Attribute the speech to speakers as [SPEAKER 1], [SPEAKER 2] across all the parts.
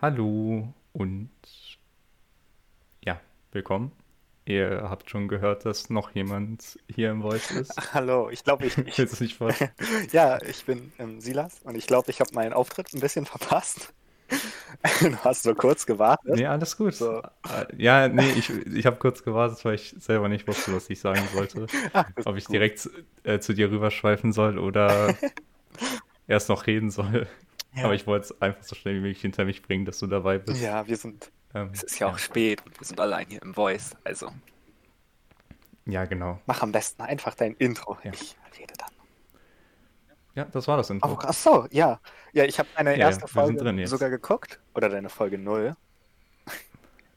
[SPEAKER 1] Hallo und ja, willkommen. Ihr habt schon gehört, dass noch jemand hier im Voice ist.
[SPEAKER 2] Hallo, ich glaube, ich, ich,
[SPEAKER 1] Jetzt nicht was.
[SPEAKER 2] ja, ich bin ähm, Silas und ich glaube, ich habe meinen Auftritt ein bisschen verpasst. du hast so kurz gewartet.
[SPEAKER 1] Nee, alles gut.
[SPEAKER 2] So.
[SPEAKER 1] Äh, Ja, nee, ich, ich habe kurz gewartet, weil ich selber nicht wusste, was ich sagen sollte.
[SPEAKER 2] Ah, das
[SPEAKER 1] Ob ich
[SPEAKER 2] ist gut.
[SPEAKER 1] direkt äh, zu dir rüberschweifen soll oder erst noch reden soll.
[SPEAKER 2] Ja.
[SPEAKER 1] Aber ich wollte es einfach so schnell wie möglich hinter mich bringen, dass du dabei bist.
[SPEAKER 2] Ja, wir sind.
[SPEAKER 1] Ähm,
[SPEAKER 2] Es ist ja auch spät und wir sind allein hier im Voice. Also
[SPEAKER 1] ja, genau.
[SPEAKER 2] mach am besten einfach dein Intro.
[SPEAKER 1] Ja.
[SPEAKER 2] Ich rede dann.
[SPEAKER 1] Ja, das war das Intro.
[SPEAKER 2] Oh, ach so, ja. Ja, ich habe deine
[SPEAKER 1] Ja,
[SPEAKER 2] erste
[SPEAKER 1] wir sind
[SPEAKER 2] Folge
[SPEAKER 1] drin jetzt.
[SPEAKER 2] sogar geguckt. Oder deine Folge 0.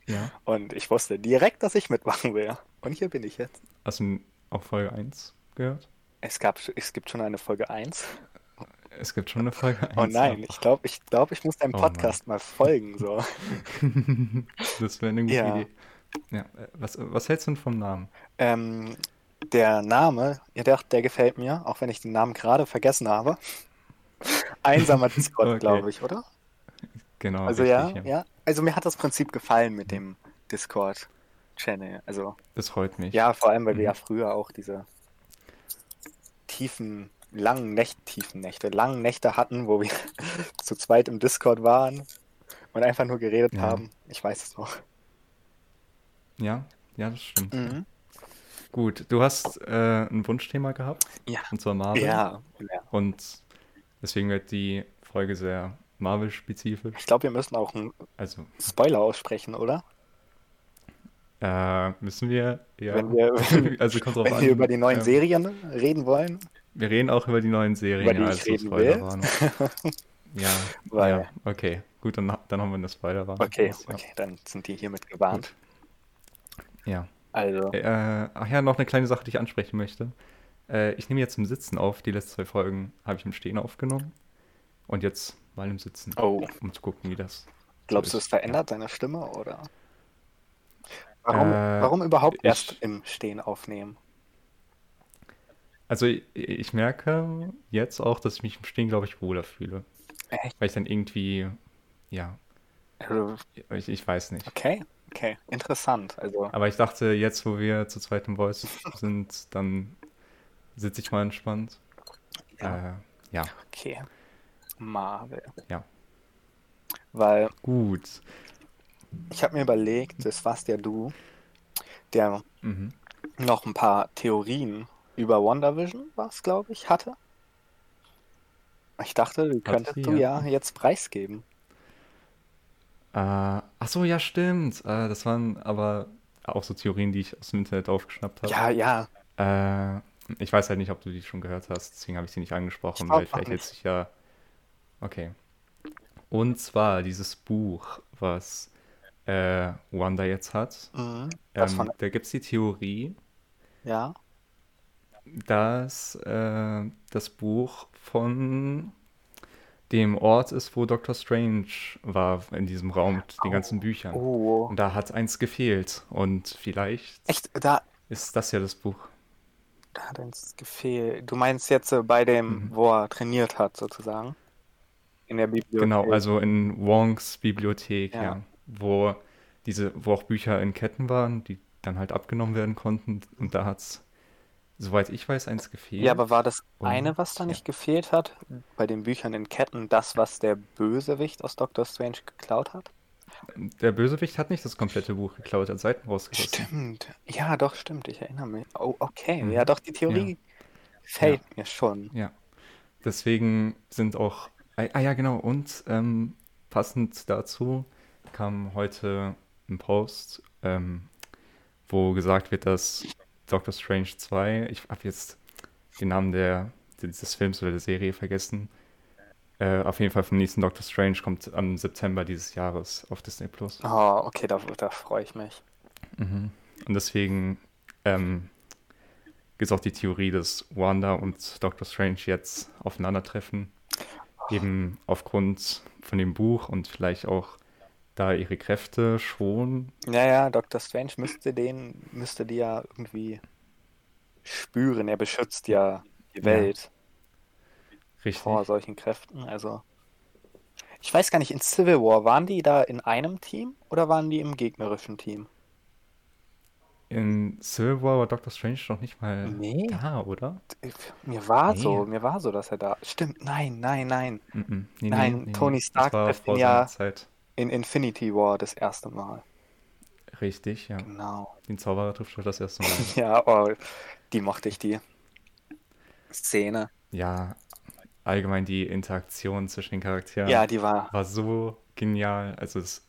[SPEAKER 1] Ja.
[SPEAKER 2] Und ich wusste direkt, dass ich mitmachen will. Und hier bin ich jetzt.
[SPEAKER 1] Hast du auch Folge 1 gehört?
[SPEAKER 2] Es, gab, es gibt schon eine Folge 1.
[SPEAKER 1] Es gibt schon eine Folge 1.
[SPEAKER 2] Oh nein, ich glaube, ich, glaub, ich muss deinem
[SPEAKER 1] Oh Mann.
[SPEAKER 2] Podcast mal folgen. So.
[SPEAKER 1] das wäre eine gute
[SPEAKER 2] Ja.
[SPEAKER 1] Idee. Ja, äh, was, was hältst du denn vom Namen?
[SPEAKER 2] Ähm, der Name, ihr dacht, der gefällt mir, auch wenn ich den Namen gerade vergessen habe. Einsamer Discord,
[SPEAKER 1] Okay.
[SPEAKER 2] glaube ich, oder?
[SPEAKER 1] Genau.
[SPEAKER 2] also ja,
[SPEAKER 1] richtig,
[SPEAKER 2] ja, Also mir hat das Prinzip gefallen mit dem Discord-Channel. Also
[SPEAKER 1] Das freut mich.
[SPEAKER 2] ja, vor allem, weil wir
[SPEAKER 1] Mhm.
[SPEAKER 2] ja früher auch diese tiefen, langen Nächte, tiefen Nächte, langen Nächte hatten, wo wir zu zweit im Discord waren und einfach nur geredet
[SPEAKER 1] Ja.
[SPEAKER 2] haben. Ich weiß es noch.
[SPEAKER 1] Ja, ja das stimmt.
[SPEAKER 2] Mhm.
[SPEAKER 1] Gut, du hast äh, ein Wunschthema gehabt.
[SPEAKER 2] Ja.
[SPEAKER 1] Und zwar Marvel.
[SPEAKER 2] Ja, ja.
[SPEAKER 1] Und deswegen wird die Folge sehr Marvel-spezifisch.
[SPEAKER 2] Ich glaube, wir müssen auch einen
[SPEAKER 1] Also
[SPEAKER 2] Spoiler aussprechen, oder?
[SPEAKER 1] äh, müssen wir, ja.
[SPEAKER 2] Wenn wir- wenn-
[SPEAKER 1] also kommt drauf
[SPEAKER 2] Wenn
[SPEAKER 1] an.
[SPEAKER 2] wir über die neuen
[SPEAKER 1] ähm,
[SPEAKER 2] Serien reden wollen,
[SPEAKER 1] Wir reden auch über die neuen Serien.
[SPEAKER 2] Über die
[SPEAKER 1] ja,
[SPEAKER 2] ich
[SPEAKER 1] also
[SPEAKER 2] reden
[SPEAKER 1] Spoilerwarnung. ja,
[SPEAKER 2] Weil-
[SPEAKER 1] ja, okay. Gut, dann, dann haben wir eine Spoilerwarnung.
[SPEAKER 2] okay,
[SPEAKER 1] Ja.
[SPEAKER 2] okay, dann sind die hiermit gewarnt.
[SPEAKER 1] ja.
[SPEAKER 2] Also,
[SPEAKER 1] Äh, ach ja, noch eine kleine Sache, die ich ansprechen möchte. Äh, ich nehme jetzt im Sitzen auf. Die letzten zwei Folgen habe ich im Stehen aufgenommen. Und jetzt mal im Sitzen,
[SPEAKER 2] oh,
[SPEAKER 1] um zu gucken, wie das.
[SPEAKER 2] glaubst du, es
[SPEAKER 1] ist-
[SPEAKER 2] verändert deine Stimme oder? Warum,
[SPEAKER 1] Äh,
[SPEAKER 2] warum überhaupt
[SPEAKER 1] ich-
[SPEAKER 2] erst im Stehen aufnehmen?
[SPEAKER 1] Also ich, ich merke jetzt auch, dass ich mich im Stehen, glaube ich, wohler fühle.
[SPEAKER 2] Echt?
[SPEAKER 1] Weil ich dann irgendwie, ja,
[SPEAKER 2] Also,
[SPEAKER 1] ich, ich weiß nicht.
[SPEAKER 2] Okay, okay, interessant. Also,
[SPEAKER 1] Aber ich dachte, jetzt, wo wir zu zweit im Voice sind, dann sitze ich mal entspannt.
[SPEAKER 2] ja,
[SPEAKER 1] Äh, ja,
[SPEAKER 2] okay. Marvel.
[SPEAKER 1] Ja.
[SPEAKER 2] Weil
[SPEAKER 1] gut.
[SPEAKER 2] ich habe mir überlegt, das warst ja du, der
[SPEAKER 1] Mhm.
[SPEAKER 2] noch ein paar Theorien über WandaVision, war es, glaube ich, hatte. Ich dachte, die könntest
[SPEAKER 1] sie,
[SPEAKER 2] du
[SPEAKER 1] ja.
[SPEAKER 2] ja jetzt preisgeben.
[SPEAKER 1] Äh, ach so, ja, stimmt. Äh, das waren aber auch so Theorien, die ich aus dem Internet aufgeschnappt habe.
[SPEAKER 2] Ja, ja,
[SPEAKER 1] Äh, ich weiß halt nicht, ob du die schon gehört hast, deswegen habe ich sie nicht angesprochen,
[SPEAKER 2] Ich glaub
[SPEAKER 1] weil
[SPEAKER 2] noch
[SPEAKER 1] vielleicht
[SPEAKER 2] nicht.
[SPEAKER 1] jetzt ja. Okay. Und zwar dieses Buch, was äh, Wanda jetzt hat.
[SPEAKER 2] Mhm. Das
[SPEAKER 1] Ähm,
[SPEAKER 2] von,
[SPEAKER 1] da gibt es die Theorie,
[SPEAKER 2] ja.
[SPEAKER 1] dass äh, das Buch von dem Ort ist, wo Doctor Strange war, in diesem Raum mit den ganzen Büchern.
[SPEAKER 2] Oh.
[SPEAKER 1] Und da hat eins gefehlt. Und vielleicht
[SPEAKER 2] Echt, da,
[SPEAKER 1] ist das ja das Buch.
[SPEAKER 2] da hat uns gefehlt. Du meinst jetzt äh, bei dem,
[SPEAKER 1] Mhm.
[SPEAKER 2] wo er trainiert hat, sozusagen. In der Bibliothek.
[SPEAKER 1] Genau, also in Wongs Bibliothek, ja.
[SPEAKER 2] Ja.
[SPEAKER 1] Wo diese, wo auch Bücher in Ketten waren, die dann halt abgenommen werden konnten. Und da hat's, soweit ich weiß, eins gefehlt.
[SPEAKER 2] Ja, aber war das
[SPEAKER 1] Und-
[SPEAKER 2] eine, was da nicht gefehlt hat, bei den Büchern in Ketten, das, was der Bösewicht aus Doctor Strange geklaut hat?
[SPEAKER 1] Der Bösewicht hat nicht das komplette Buch geklaut, hat Seiten rausgerissen.
[SPEAKER 2] Stimmt. Ja, doch, stimmt. Ich erinnere mich. Oh, okay.
[SPEAKER 1] Mhm.
[SPEAKER 2] Ja, doch, die Theorie fällt mir schon.
[SPEAKER 1] Ja. Deswegen sind auch. Ah ah ja, genau. Und ähm, passend dazu kam heute ein Post, ähm, wo gesagt wird, dass Doctor Strange 2, ich habe jetzt den Namen der, des Films oder der Serie vergessen, äh, auf jeden Fall vom nächsten Doctor Strange kommt am September dieses Jahres auf Disney Plus.
[SPEAKER 2] Oh, okay, da, da freue ich mich.
[SPEAKER 1] Mhm. Und deswegen ähm, gibt es auch die Theorie, dass Wanda und Doctor Strange jetzt aufeinandertreffen. Eben aufgrund von dem Buch und vielleicht auch da ihre Kräfte schon.
[SPEAKER 2] Ja, ja, Dr. Strange müsste den, müsste die ja irgendwie spüren. Er beschützt ja die
[SPEAKER 1] Ja,
[SPEAKER 2] Welt
[SPEAKER 1] Richtig.
[SPEAKER 2] vor solchen Kräften. Also Ich weiß gar nicht, in Civil War, waren die da in einem Team oder waren die im gegnerischen Team?
[SPEAKER 1] In Civil War war Doctor Strange noch nicht mal
[SPEAKER 2] Nee.
[SPEAKER 1] Äh, da, oder?
[SPEAKER 2] Ich- Äh, Mir war
[SPEAKER 1] Nee.
[SPEAKER 2] so, mir war so, dass er da. Stimmt, nein, nein, nein.
[SPEAKER 1] Mm -mm. Nee,
[SPEAKER 2] Nein, Tony Stark
[SPEAKER 1] das war
[SPEAKER 2] trifft ihn
[SPEAKER 1] vor seiner
[SPEAKER 2] ja-
[SPEAKER 1] Zeit.
[SPEAKER 2] In Infinity War das erste Mal.
[SPEAKER 1] Richtig, ja.
[SPEAKER 2] Genau.
[SPEAKER 1] Den Zauberer trifft er das erste Mal.
[SPEAKER 2] Ja, oh, die mochte ich, die Szene.
[SPEAKER 1] ja, allgemein die Interaktion zwischen den Charakteren
[SPEAKER 2] Ja, die war.
[SPEAKER 1] war so genial. Also, es,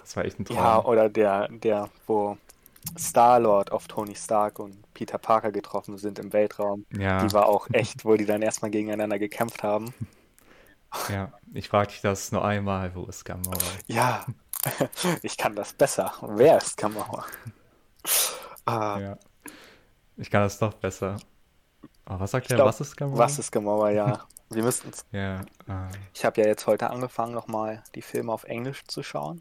[SPEAKER 1] das war echt ein Traum.
[SPEAKER 2] Ja, oder der, der, wo Star-Lord auf Tony Stark und Peter Parker getroffen sind im Weltraum.
[SPEAKER 1] Ja,
[SPEAKER 2] Die war auch echt, wo die dann erstmal gegeneinander gekämpft haben.
[SPEAKER 1] ja. Ich frag dich das nur einmal, wo ist Gamora?
[SPEAKER 2] Ja, ich kann das besser. Wer ist Kamauer? Ah,
[SPEAKER 1] Ja. Ich kann das doch besser. Aber was sagt
[SPEAKER 2] Ich
[SPEAKER 1] er?
[SPEAKER 2] glaub,
[SPEAKER 1] was ist Gamora?
[SPEAKER 2] was ist Gemauer? Ja, wir müssen.
[SPEAKER 1] Ja, äh,
[SPEAKER 2] Ich habe ja jetzt heute angefangen, nochmal die Filme auf Englisch zu schauen.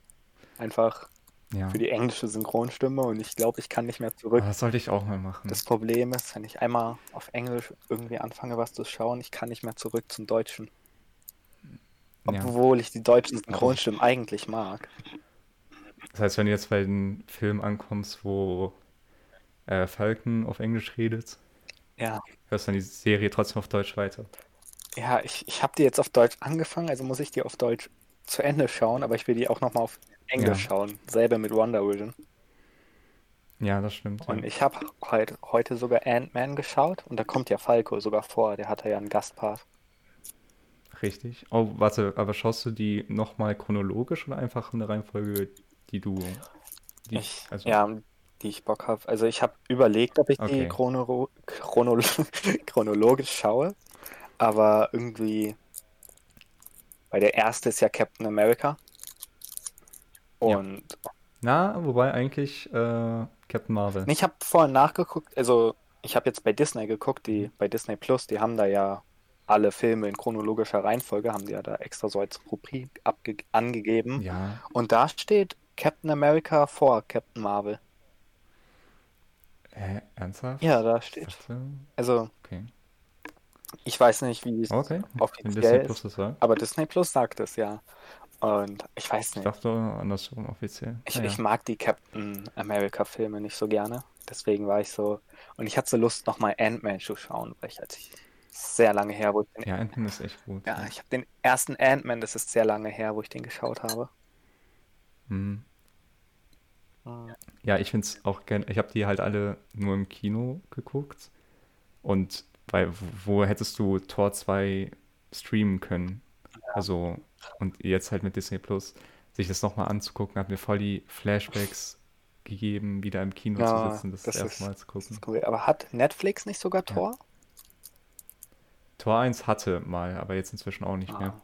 [SPEAKER 2] Einfach
[SPEAKER 1] ja.
[SPEAKER 2] für die englische Synchronstimme und ich glaube, ich kann nicht mehr
[SPEAKER 1] Aber
[SPEAKER 2] zurück.
[SPEAKER 1] das sollte ich auch mal machen.
[SPEAKER 2] Das Problem ist, wenn ich einmal auf Englisch irgendwie anfange, was zu schauen, ich kann nicht mehr zurück zum Deutschen.
[SPEAKER 1] ja.
[SPEAKER 2] Obwohl ich die deutschen Synchronstimmen eigentlich mag.
[SPEAKER 1] Das heißt, wenn du jetzt bei den Film ankommst, wo äh, Falcon auf Englisch redet,
[SPEAKER 2] Ja.
[SPEAKER 1] hörst du dann die Serie trotzdem auf Deutsch weiter.
[SPEAKER 2] Ja, ich, ich habe die jetzt auf Deutsch angefangen, also muss ich die auf Deutsch zu Ende schauen, aber ich will die auch nochmal auf Englisch
[SPEAKER 1] Ja.
[SPEAKER 2] schauen. Selber mit Wonder Vision.
[SPEAKER 1] Ja, das stimmt.
[SPEAKER 2] Und
[SPEAKER 1] ja.
[SPEAKER 2] ich habe halt heute sogar Ant-Man geschaut und da kommt ja Falco sogar vor, der hatte ja einen Gastpart.
[SPEAKER 1] Richtig. Oh, warte, aber schaust du die nochmal chronologisch oder einfach in der Reihenfolge, die du. Die,
[SPEAKER 2] Ich,
[SPEAKER 1] also,
[SPEAKER 2] ja, die ich Bock habe. Also ich habe überlegt, ob ich die
[SPEAKER 1] Okay.
[SPEAKER 2] chronoro- chronolo chronologisch schaue, aber irgendwie, weil der erste ist ja Captain America
[SPEAKER 1] Ja.
[SPEAKER 2] und
[SPEAKER 1] Na, wobei eigentlich äh, Captain Marvel.
[SPEAKER 2] Nee, Ich habe vorhin nachgeguckt, also ich habe jetzt bei Disney geguckt,
[SPEAKER 1] Mhm.
[SPEAKER 2] die bei Disney Plus, die haben da ja alle Filme in chronologischer Reihenfolge, haben die ja da extra so als Rubrik abge angegeben.
[SPEAKER 1] Ja,
[SPEAKER 2] Und da steht Captain America vor Captain Marvel.
[SPEAKER 1] äh, ernsthaft?
[SPEAKER 2] Ja, da steht.
[SPEAKER 1] Warte,
[SPEAKER 2] Also
[SPEAKER 1] okay.
[SPEAKER 2] ich weiß nicht, wie es
[SPEAKER 1] Okay. Wenn Disney
[SPEAKER 2] offiziell
[SPEAKER 1] Plus
[SPEAKER 2] ist,
[SPEAKER 1] das sagt.
[SPEAKER 2] aber Disney Plus sagt es ja. Und ich weiß
[SPEAKER 1] Ich
[SPEAKER 2] nicht,
[SPEAKER 1] dachte andersrum offiziell. Ah,
[SPEAKER 2] ich,
[SPEAKER 1] Naja.
[SPEAKER 2] ich mag die Captain America Filme nicht so gerne. Deswegen war ich so, und ich hatte so Lust, nochmal Ant-Man zu schauen, weil ich als ich sehr lange her, wo ich den
[SPEAKER 1] Ja, Ant-Man ist echt gut.
[SPEAKER 2] Ja, ich habe den ersten Ant-Man, das ist sehr lange her, wo ich den geschaut habe.
[SPEAKER 1] Mhm. Hm. Ja, ich finde es auch gerne. Ich habe die halt alle nur im Kino geguckt. Und weil, wo hättest du Tor 2 streamen können? Also, und jetzt halt mit Disney Plus, sich das nochmal anzugucken, hat mir voll die Flashbacks gegeben, wieder im Kino
[SPEAKER 2] Ja,
[SPEAKER 1] zu sitzen, das, das
[SPEAKER 2] das ist-
[SPEAKER 1] erste Mal zu
[SPEAKER 2] Das
[SPEAKER 1] gucken.
[SPEAKER 2] ist cool. Aber hat Netflix nicht sogar
[SPEAKER 1] Ja,
[SPEAKER 2] Tor?
[SPEAKER 1] Tor 1 hatte mal, aber jetzt inzwischen auch nicht mehr.
[SPEAKER 2] Ah.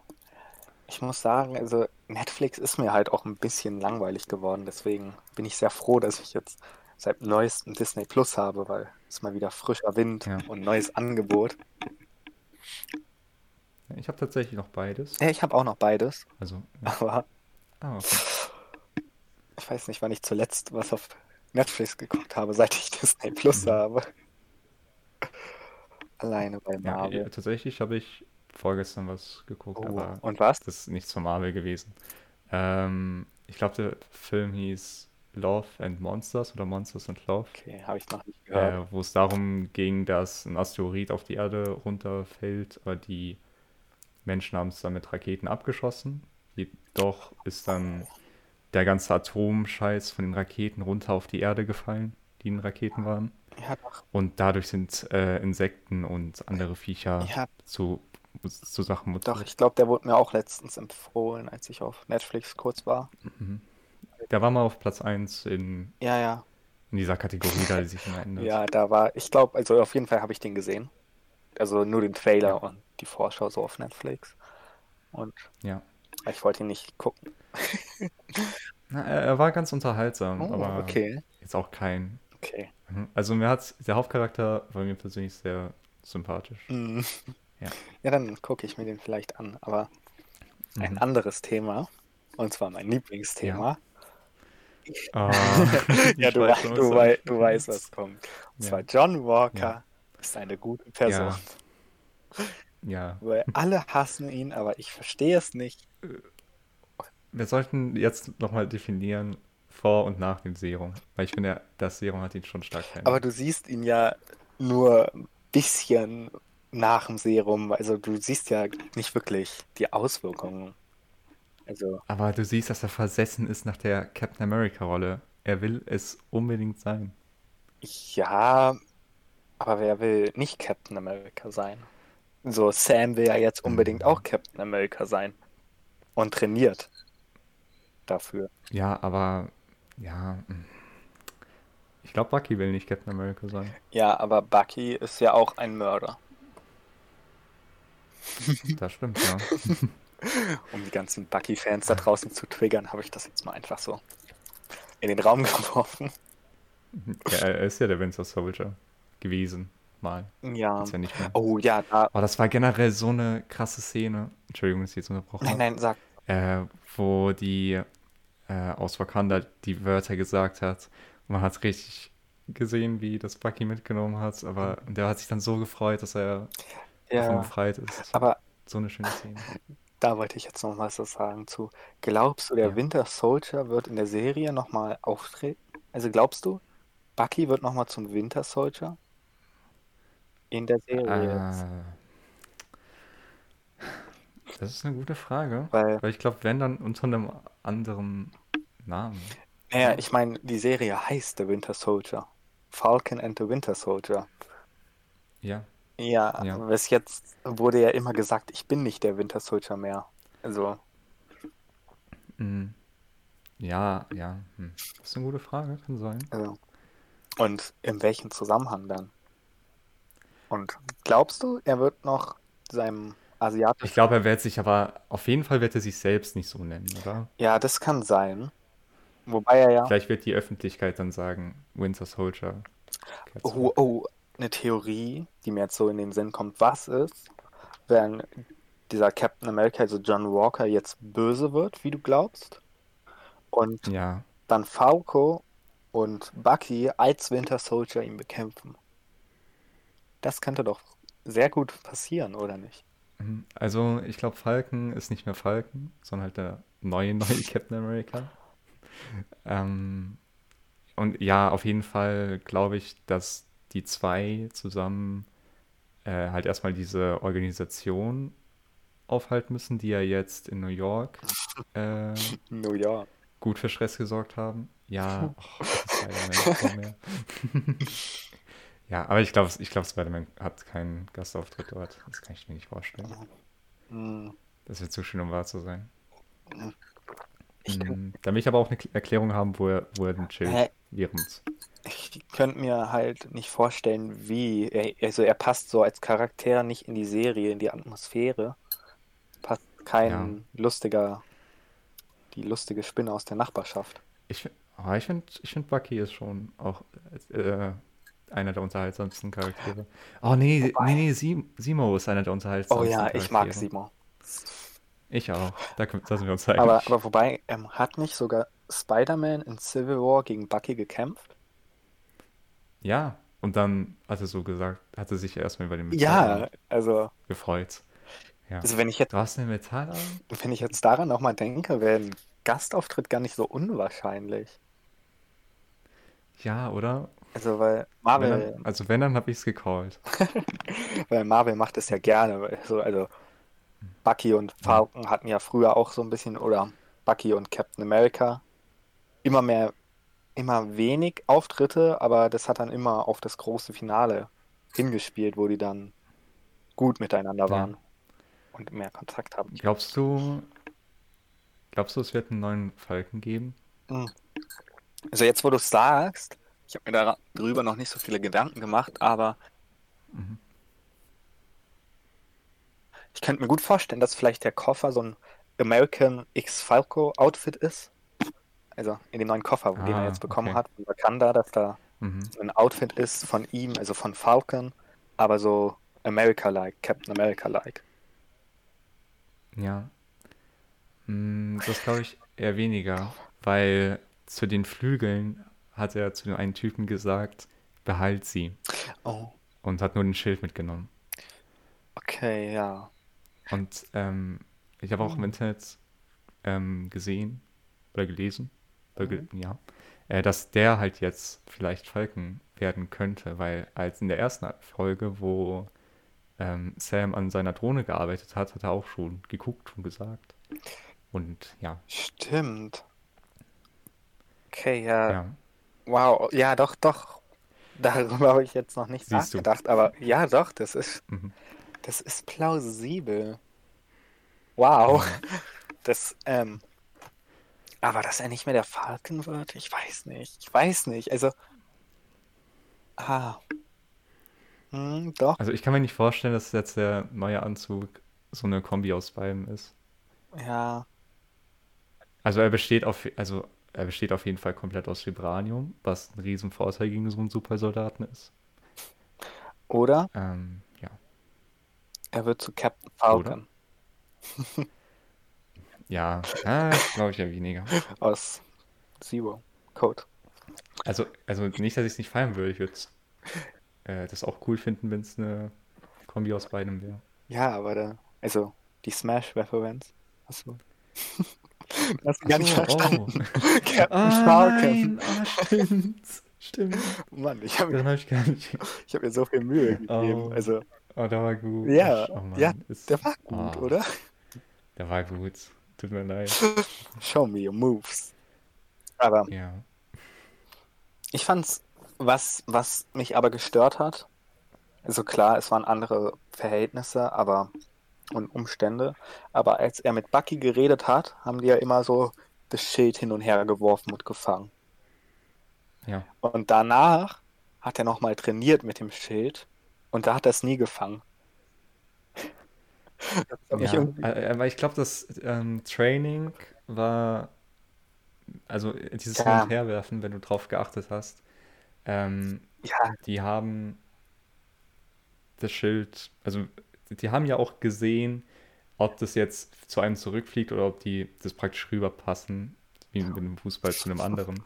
[SPEAKER 2] Ich muss sagen, also Netflix ist mir halt auch ein bisschen langweilig geworden. Deswegen bin ich sehr froh, dass ich jetzt seit neuestem Disney Plus habe, weil es mal wieder frischer Wind
[SPEAKER 1] Ja.
[SPEAKER 2] und neues Angebot.
[SPEAKER 1] Ich habe tatsächlich noch beides.
[SPEAKER 2] Ja, ich habe auch noch beides,
[SPEAKER 1] Also, ja.
[SPEAKER 2] aber
[SPEAKER 1] ah, okay.
[SPEAKER 2] ich weiß nicht, wann ich zuletzt was auf Netflix geguckt habe, seit ich Disney Plus
[SPEAKER 1] Mhm.
[SPEAKER 2] habe. Alleine bei
[SPEAKER 1] Ja,
[SPEAKER 2] Marvel.
[SPEAKER 1] äh, tatsächlich habe ich vorgestern was geguckt,
[SPEAKER 2] Ah, Oh.
[SPEAKER 1] aber
[SPEAKER 2] Und was?
[SPEAKER 1] das ist nichts von Marvel gewesen. Ähm, ich glaube, der Film hieß Love and Monsters oder Monsters and Love,
[SPEAKER 2] Okay, habe ich noch nicht gehört.
[SPEAKER 1] äh, wo es darum ging, dass ein Asteroid auf die Erde runterfällt, aber die Menschen haben es dann mit Raketen abgeschossen. Jedoch ist dann der ganze Atomscheiß von den Raketen runter auf die Erde gefallen, die in Raketen waren.
[SPEAKER 2] Ja, doch.
[SPEAKER 1] Und dadurch sind äh, Insekten und andere Viecher
[SPEAKER 2] Ja,
[SPEAKER 1] zu, zu Sachen
[SPEAKER 2] doch,
[SPEAKER 1] mutiert.
[SPEAKER 2] ich glaube, der wurde mir auch letztens empfohlen, als ich auf Netflix kurz war.
[SPEAKER 1] Der war mal auf Platz 1 in,
[SPEAKER 2] Ja, ja.
[SPEAKER 1] in dieser Kategorie, da die sich immer ändert.
[SPEAKER 2] Ja, da war, ich glaube, also auf jeden Fall habe ich den gesehen. Also nur den Trailer
[SPEAKER 1] Ja.
[SPEAKER 2] und die Vorschau so auf Netflix. Und
[SPEAKER 1] Ja.
[SPEAKER 2] ich wollte ihn nicht gucken.
[SPEAKER 1] Na, er, er war ganz unterhaltsam,
[SPEAKER 2] Oh,
[SPEAKER 1] Hm, aber
[SPEAKER 2] okay.
[SPEAKER 1] jetzt auch kein.
[SPEAKER 2] Okay.
[SPEAKER 1] Mhm. Also mir hat der Hauptcharakter war mir persönlich sehr sympathisch.
[SPEAKER 2] Mm.
[SPEAKER 1] Ja.
[SPEAKER 2] Ja, dann gucke ich mir den vielleicht an. Aber
[SPEAKER 1] Mhm.
[SPEAKER 2] ein anderes Thema, und zwar mein Lieblingsthema.
[SPEAKER 1] Ah,
[SPEAKER 2] Ja,
[SPEAKER 1] ich
[SPEAKER 2] du,
[SPEAKER 1] weiß
[SPEAKER 2] wei-
[SPEAKER 1] schon, was
[SPEAKER 2] du,
[SPEAKER 1] du
[SPEAKER 2] wei du
[SPEAKER 1] ansprichst.
[SPEAKER 2] weißt, was kommt. Und
[SPEAKER 1] Ja.
[SPEAKER 2] zwar John Walker
[SPEAKER 1] Ja.
[SPEAKER 2] ist eine gute Person.
[SPEAKER 1] Ja. Ja,
[SPEAKER 2] Weil alle hassen ihn, aber ich verstehe es nicht.
[SPEAKER 1] wir sollten jetzt nochmal definieren vor und nach dem Serum, weil ich finde, ja, das Serum hat ihn schon stark verändert.
[SPEAKER 2] Aber du siehst ihn ja nur ein bisschen nach dem Serum. Also du siehst ja nicht wirklich die Auswirkungen. Also,
[SPEAKER 1] Aber du siehst, dass er versessen ist nach der Captain America-Rolle. Er will es unbedingt sein.
[SPEAKER 2] ja, aber wer will nicht Captain America sein? So, Sam will ja jetzt unbedingt auch Captain America sein. Und trainiert dafür.
[SPEAKER 1] Ja, aber ja. mm. Ich glaube, Bucky will nicht Captain America sein.
[SPEAKER 2] Ja, aber Bucky ist ja auch ein Mörder.
[SPEAKER 1] Das stimmt, ja.
[SPEAKER 2] Um die ganzen Bucky-Fans da draußen zu triggern, habe ich das jetzt mal einfach so in den Raum geworfen.
[SPEAKER 1] ja er ist ja der Winter Soldier gewesen. Mal.
[SPEAKER 2] Ja.
[SPEAKER 1] Ist ja nicht mehr.
[SPEAKER 2] Oh ja, da.
[SPEAKER 1] Aber das war generell so eine krasse Szene. Entschuldigung, dass ich jetzt unterbrochen
[SPEAKER 2] Nein,
[SPEAKER 1] habe.
[SPEAKER 2] nein, sag.
[SPEAKER 1] äh, wo die äh, aus Wakanda die Wörter gesagt hat. Und man hat richtig gesehen, wie das Bucky mitgenommen hat, aber und der hat sich dann so gefreut, dass er davon
[SPEAKER 2] Ja.
[SPEAKER 1] befreit ist.
[SPEAKER 2] Aber
[SPEAKER 1] so eine schöne Szene.
[SPEAKER 2] da wollte ich jetzt noch was so sagen zu. Glaubst du, der
[SPEAKER 1] Ja.
[SPEAKER 2] Winter Soldier wird in der Serie nochmal auftreten? Also glaubst du, Bucky wird nochmal zum Winter Soldier? In der Serie Oh, jetzt.
[SPEAKER 1] Äh, das ist eine gute Frage,
[SPEAKER 2] Weil,
[SPEAKER 1] weil ich glaube, wenn dann unter einem anderen Namen.
[SPEAKER 2] naja, ich meine, die Serie heißt The Winter Soldier. Falcon and the Winter Soldier.
[SPEAKER 1] Ja,
[SPEAKER 2] Ja,
[SPEAKER 1] Ja.
[SPEAKER 2] bis jetzt wurde ja immer gesagt, ich bin nicht der Winter Soldier mehr. Also,
[SPEAKER 1] mm, ja, ja. Hm. Das ist eine gute Frage, kann sein.
[SPEAKER 2] also. Und in welchem Zusammenhang dann? Und glaubst du, er wird noch seinem
[SPEAKER 1] Ich
[SPEAKER 2] asiatischen.
[SPEAKER 1] glaube, er wird sich aber auf jeden Fall wird er sich selbst nicht so nennen, oder?
[SPEAKER 2] Ja, das kann sein. Wobei er ja.
[SPEAKER 1] Vielleicht wird die Öffentlichkeit dann sagen, Winter Soldier. Gehört
[SPEAKER 2] Oh,
[SPEAKER 1] zurück.
[SPEAKER 2] oh, eine Theorie, die mir jetzt so in den Sinn kommt, was ist, wenn dieser Captain America, also John Walker, jetzt böse wird, wie du glaubst? Und
[SPEAKER 1] Ja,
[SPEAKER 2] dann Falco und Bucky als Winter Soldier ihn bekämpfen. Das könnte doch sehr gut passieren, oder nicht?
[SPEAKER 1] mhm. also ich glaube, Falcon ist nicht mehr Falcon, sondern halt der neue, neue Captain America. Ähm, und ja, auf jeden Fall glaube ich, dass die zwei zusammen äh, halt erstmal diese Organisation aufhalten müssen, die ja jetzt in New York äh,
[SPEAKER 2] New York.
[SPEAKER 1] gut für Stress gesorgt haben. Ja, oh, Spider-Man, mehr. ja, aber ich glaube, ich glaub, Spider-Man hat keinen Gastauftritt dort. Das kann ich mir nicht vorstellen.
[SPEAKER 2] Hm,
[SPEAKER 1] Das wird zu schön, um wahr zu sein.
[SPEAKER 2] Ich,
[SPEAKER 1] Mm, Da will ich aber auch eine K- Erklärung haben, wo er, wo er denn chillt.
[SPEAKER 2] Hä?
[SPEAKER 1] Während.
[SPEAKER 2] ich könnte mir halt nicht vorstellen, wie. Er, also er passt so als Charakter nicht in die Serie, in die Atmosphäre. Passt kein lustiger, die lustige Spinne aus der Nachbarschaft.
[SPEAKER 1] Ich, fi- oh, ich finde, ich find Bucky ist schon auch äh, einer der unterhaltsamsten Charaktere. Oh nee,
[SPEAKER 2] Wobei-
[SPEAKER 1] nee, nee, Sim- Simo ist einer der
[SPEAKER 2] Oh
[SPEAKER 1] unterhaltsamsten
[SPEAKER 2] ja,
[SPEAKER 1] Charaktere.
[SPEAKER 2] ich mag Simon.
[SPEAKER 1] Ich auch. Da, können- da sind wir uns einig.
[SPEAKER 2] Aber, aber wobei, ähm, hat nicht sogar Spider-Man in Civil War gegen Bucky gekämpft?
[SPEAKER 1] Ja, und dann hat er so gesagt, hat er sich erstmal über den
[SPEAKER 2] Ja,
[SPEAKER 1] Metallarm
[SPEAKER 2] also,
[SPEAKER 1] gefreut. Ja.
[SPEAKER 2] also wenn ich jetzt,
[SPEAKER 1] Du hast einen Metallarm?
[SPEAKER 2] wenn ich jetzt daran nochmal denke, wäre ein Gastauftritt gar nicht so unwahrscheinlich.
[SPEAKER 1] Ja, oder?
[SPEAKER 2] Also weil
[SPEAKER 1] Wenn
[SPEAKER 2] Marvel,
[SPEAKER 1] dann, also wenn, dann habe ich es gecallt.
[SPEAKER 2] weil Marvel macht es ja gerne. weil So, also Bucky und Falcon hatten ja früher auch so ein bisschen, oder Bucky und Captain America, immer mehr, immer wenig Auftritte, aber das hat dann immer auf das große Finale hingespielt, wo die dann gut miteinander waren und mehr Kontakt haben.
[SPEAKER 1] Glaubst du, glaubst du, es wird einen neuen Falken geben?
[SPEAKER 2] Also jetzt, wo du es sagst, ich habe mir darüber noch nicht so viele Gedanken gemacht, aber
[SPEAKER 1] Mhm.
[SPEAKER 2] ich könnte mir gut vorstellen, dass vielleicht der Koffer so ein American X Falco Outfit ist. Also in dem neuen Koffer, den
[SPEAKER 1] Ah,
[SPEAKER 2] er jetzt bekommen
[SPEAKER 1] okay.
[SPEAKER 2] hat von Wakanda, dass da
[SPEAKER 1] Mhm.
[SPEAKER 2] so ein Outfit ist von ihm, also von Falcon, aber so America-like, Captain America-like.
[SPEAKER 1] Ja. Mm, Das glaube ich eher weniger, weil zu den Flügeln hat er zu dem einen Typen gesagt, behalt sie
[SPEAKER 2] Oh,
[SPEAKER 1] und hat nur den Schild mitgenommen.
[SPEAKER 2] okay. Okay, ja.
[SPEAKER 1] Und ähm, ich habe auch im Internet ähm, gesehen oder gelesen, oder ge ja, äh, dass der halt jetzt vielleicht Falcon werden könnte, weil als in der ersten Folge, wo ähm, Sam an seiner Drohne gearbeitet hat, hat er auch schon geguckt und gesagt. Und ja,
[SPEAKER 2] Stimmt. Okay, ja.
[SPEAKER 1] ja,
[SPEAKER 2] Wow, ja, doch, doch. Darüber habe ich jetzt noch nicht
[SPEAKER 1] Siehst du.
[SPEAKER 2] nachgedacht, aber ja, doch, das ist,
[SPEAKER 1] mhm.
[SPEAKER 2] das ist plausibel. Wow. Das, ähm, aber dass er nicht mehr der Falcon wird, ich weiß nicht. Ich weiß nicht. Also, ah. Hm, doch,
[SPEAKER 1] Also ich kann mir nicht vorstellen, dass jetzt der neue Anzug so eine Kombi aus beidem ist.
[SPEAKER 2] ja.
[SPEAKER 1] Also er besteht auf, also er besteht auf jeden Fall komplett aus Vibranium, was ein Riesenvorteil gegen so einen Supersoldaten ist.
[SPEAKER 2] Oder
[SPEAKER 1] Ähm, ja.
[SPEAKER 2] er wird zu Captain Falcon
[SPEAKER 1] Ja, ah, glaube ich ja weniger.
[SPEAKER 2] aus Zero Code.
[SPEAKER 1] Also, also nicht, dass ich es nicht feiern würde. Ich würde äh, das auch cool finden, wenn es eine Kombi aus beidem wäre.
[SPEAKER 2] Ja, aber da, also die Smash-Referenz. Hast du. Hast du gar nicht
[SPEAKER 1] Ach so,
[SPEAKER 2] verstanden.
[SPEAKER 1] oh.
[SPEAKER 2] Captain
[SPEAKER 1] Ah,
[SPEAKER 2] Falcon.
[SPEAKER 1] nein, ah, stimmt. Stimmt.
[SPEAKER 2] Oh Mann, ich habe
[SPEAKER 1] Dann habe ich gar nicht.
[SPEAKER 2] ich hab mir so viel Mühe gegeben.
[SPEAKER 1] Oh.
[SPEAKER 2] Also,
[SPEAKER 1] Oh, der war gut.
[SPEAKER 2] Ja,
[SPEAKER 1] oh, Mann,
[SPEAKER 2] ja,
[SPEAKER 1] ist-
[SPEAKER 2] der war gut,
[SPEAKER 1] Ah,
[SPEAKER 2] oder?
[SPEAKER 1] Der war gut. Tut mir leid.
[SPEAKER 2] Show me your moves. Aber
[SPEAKER 1] Ja.
[SPEAKER 2] ich fand's, was, was mich aber gestört hat, also klar, es waren andere Verhältnisse, aber und Umstände, aber als er mit Bucky geredet hat, haben die ja immer so das Schild hin und her geworfen und gefangen.
[SPEAKER 1] Ja.
[SPEAKER 2] Und danach hat er nochmal trainiert mit dem Schild und da hat er es nie gefangen. Das hat mich
[SPEAKER 1] Ja,
[SPEAKER 2] irgendwie-
[SPEAKER 1] äh, aber ich glaube, das ähm, Training war, also äh, dieses
[SPEAKER 2] Ja.
[SPEAKER 1] Hin- und Herwerfen, wenn du drauf geachtet hast, ähm,
[SPEAKER 2] ja,
[SPEAKER 1] die haben das Schild, also die haben ja auch gesehen, ob das jetzt zu einem zurückfliegt oder ob die das praktisch rüberpassen, wie mit dem Fußball zu einem anderen.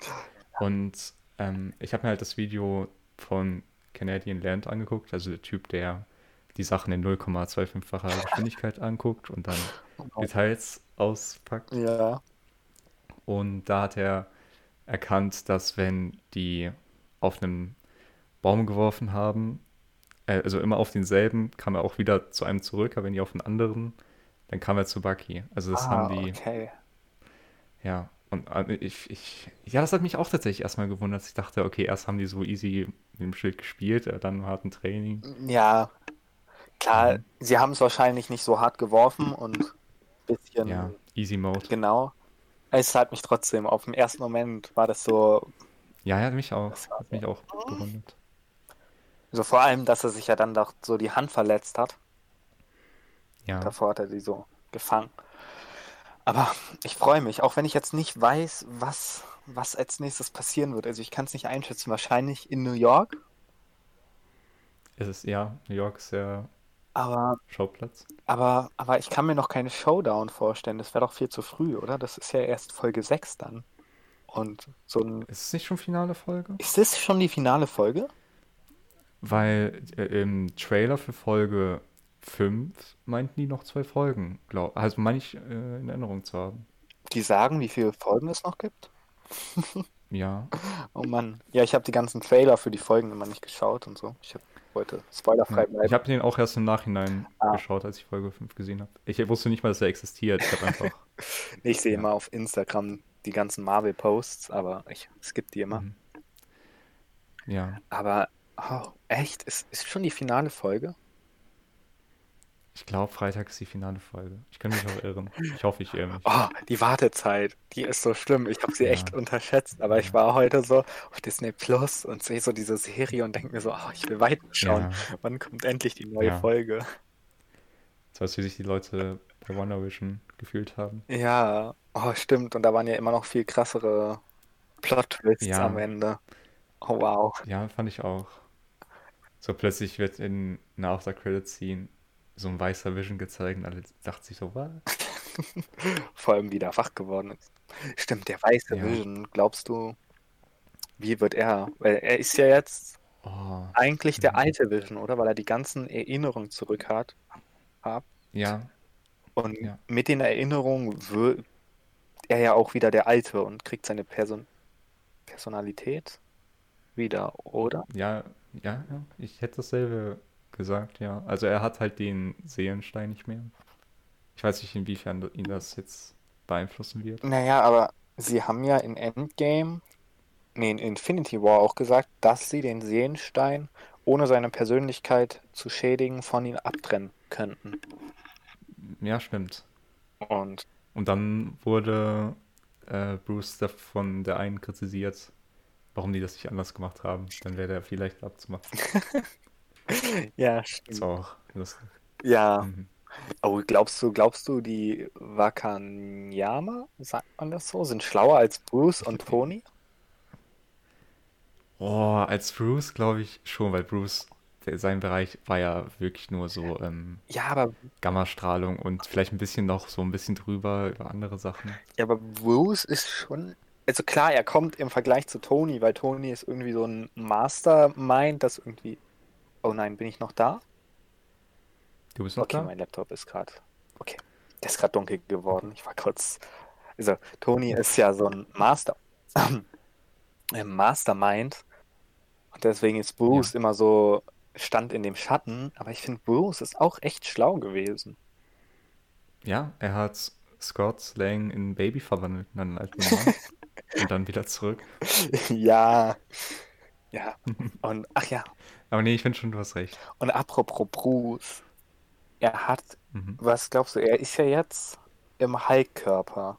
[SPEAKER 1] Und ähm, ich habe mir halt das Video von Canadian Land angeguckt, also der Typ, der die Sachen in 0,25-facher Geschwindigkeit anguckt und dann Details auspackt.
[SPEAKER 2] ja,
[SPEAKER 1] Und da hat er erkannt, dass wenn die auf einen Baum geworfen haben, äh, also immer auf denselben, kam er auch wieder zu einem zurück, aber wenn die auf einen anderen, dann kam er zu Bucky. Also das
[SPEAKER 2] ah,
[SPEAKER 1] haben die,
[SPEAKER 2] okay.
[SPEAKER 1] ja. Und äh, ich, ich, ja, das hat mich auch tatsächlich erstmal gewundert. Ich dachte, okay, erst haben die so easy mit dem Schild gespielt, äh, dann harten Training.
[SPEAKER 2] Ja,
[SPEAKER 1] Mhm.
[SPEAKER 2] klar, sie haben es wahrscheinlich nicht so hart geworfen und ein bisschen
[SPEAKER 1] Ja, easy Mode.
[SPEAKER 2] genau. Es hat mich trotzdem, auf dem ersten Moment war das so,
[SPEAKER 1] Ja, ja, hat mich auch,
[SPEAKER 2] Das war
[SPEAKER 1] hat mich auch gewundert.
[SPEAKER 2] so vor allem, dass er sich ja dann doch so die Hand verletzt hat.
[SPEAKER 1] Ja,
[SPEAKER 2] Davor hat er sie so gefangen. Aber ich freue mich, auch wenn ich jetzt nicht weiß, was, was als nächstes passieren wird. Also ich kann es nicht einschätzen. Wahrscheinlich in New York,
[SPEAKER 1] es ist, ja, New York ist der
[SPEAKER 2] aber,
[SPEAKER 1] Schauplatz.
[SPEAKER 2] aber, aber ich kann mir noch keine Showdown vorstellen. Das wäre doch viel zu früh, oder? Das ist ja erst Folge 6 dann. Und so ein.
[SPEAKER 1] Ist es nicht schon finale Folge?
[SPEAKER 2] Ist das schon die finale Folge?
[SPEAKER 1] Weil äh, im Trailer für Folge 5 meinten die noch zwei Folgen, glaube Also meine ich äh, in Erinnerung zu haben.
[SPEAKER 2] Die sagen, wie viele Folgen es noch gibt?
[SPEAKER 1] Ja,
[SPEAKER 2] Oh Mann. Ja, ich habe die ganzen Trailer für die Folgen immer nicht geschaut und so. Ich hab- wollte spoilerfrei
[SPEAKER 1] ja. ich
[SPEAKER 2] bleiben.
[SPEAKER 1] habe den auch erst im Nachhinein geschaut, als ich Folge 5 gesehen habe. Ich wusste nicht mal, dass er existiert. Ich habe einfach.
[SPEAKER 2] Ich sehe
[SPEAKER 1] Ja.
[SPEAKER 2] immer auf Instagram die ganzen Marvel-Posts, aber ich skippe die immer.
[SPEAKER 1] Mhm. ja,
[SPEAKER 2] Aber, oh, echt? Ist, ist schon die finale Folge?
[SPEAKER 1] ich glaube, Freitag ist die finale Folge. Ich kann mich auch irren. Ich hoffe, ich irre mich.
[SPEAKER 2] Oh, die Wartezeit, die ist so schlimm. Ich habe sie
[SPEAKER 1] Ja.
[SPEAKER 2] echt unterschätzt, aber ich
[SPEAKER 1] Ja.
[SPEAKER 2] war heute so auf Disney Plus und sehe so diese Serie und denke mir so, oh, ich will weiterschauen.
[SPEAKER 1] Ja.
[SPEAKER 2] Wann kommt endlich die neue
[SPEAKER 1] Ja.
[SPEAKER 2] Folge?
[SPEAKER 1] Das heißt, wie sich die Leute bei Wonder Vision gefühlt haben.
[SPEAKER 2] Ja, oh, stimmt. Und da waren ja immer noch viel krassere Plot-Twists
[SPEAKER 1] Ja.
[SPEAKER 2] am Ende. Oh, wow.
[SPEAKER 1] Ja, fand ich auch. So plötzlich wird in einer After-Credit-Scene so ein weißer Vision gezeigt und alle dachten sich so, was?
[SPEAKER 2] Vor allem, wie der wach geworden ist. Stimmt, der weiße
[SPEAKER 1] Ja.
[SPEAKER 2] Vision, glaubst du, wie wird er? Weil er ist ja jetzt
[SPEAKER 1] Oh,
[SPEAKER 2] eigentlich der
[SPEAKER 1] Mhm.
[SPEAKER 2] alte Vision, oder? Weil er die ganzen Erinnerungen zurück hat. habt.
[SPEAKER 1] Ja,
[SPEAKER 2] Und
[SPEAKER 1] Ja.
[SPEAKER 2] mit den Erinnerungen wird er ja auch wieder der Alte und kriegt seine Person Personalität wieder, oder?
[SPEAKER 1] ja, ja, ja. Ich hätte dasselbe gesagt, ja. Also er hat halt den Seelenstein nicht mehr. Ich weiß nicht, inwiefern ihn das jetzt beeinflussen wird.
[SPEAKER 2] Naja, aber sie haben ja in Endgame, nee, in Infinity War auch gesagt, dass sie den Seelenstein, ohne seine Persönlichkeit zu schädigen, von ihm abtrennen könnten.
[SPEAKER 1] Ja, stimmt.
[SPEAKER 2] Und
[SPEAKER 1] Und dann wurde äh, Bruce da- von der einen kritisiert, warum die das nicht anders gemacht haben. Dann wäre der viel leichter abzumachen.
[SPEAKER 2] ja,
[SPEAKER 1] Das
[SPEAKER 2] stimmt.
[SPEAKER 1] war auch lustig.
[SPEAKER 2] Ja.
[SPEAKER 1] Mhm.
[SPEAKER 2] Oh, glaubst du, glaubst du, die Wakanyama, sagt man das so, sind schlauer als Bruce und Tony?
[SPEAKER 1] Oh, als Bruce glaube ich schon, weil Bruce, der, sein Bereich war ja wirklich nur so ähm,
[SPEAKER 2] Ja, aber,
[SPEAKER 1] Gammastrahlung und vielleicht ein bisschen noch so ein bisschen drüber über andere Sachen.
[SPEAKER 2] ja, aber Bruce ist schon. Also klar, er kommt im Vergleich zu Tony, weil Tony ist irgendwie so ein Mastermind, das irgendwie. Oh nein, bin ich noch da?
[SPEAKER 1] Du bist noch
[SPEAKER 2] Okay,
[SPEAKER 1] da?
[SPEAKER 2] mein Laptop ist gerade. Okay, der ist gerade dunkel geworden. Ich war kurz. Also, Tony ist ja so ein Master. ein Mastermind. Und deswegen ist Bruce immer so stand in dem Schatten. Aber ich finde, Bruce ist auch echt schlau gewesen.
[SPEAKER 1] Ja, er hat Scott Lang in ein Baby verwandelt, in einen alten Mann. und dann wieder zurück.
[SPEAKER 2] ja. Ja. Und ach ja.
[SPEAKER 1] Aber nee, ich finde schon, du hast recht.
[SPEAKER 2] Und apropos Bruce. Er hat,
[SPEAKER 1] Mhm.
[SPEAKER 2] was glaubst du, er ist ja jetzt im Hulk-Körper.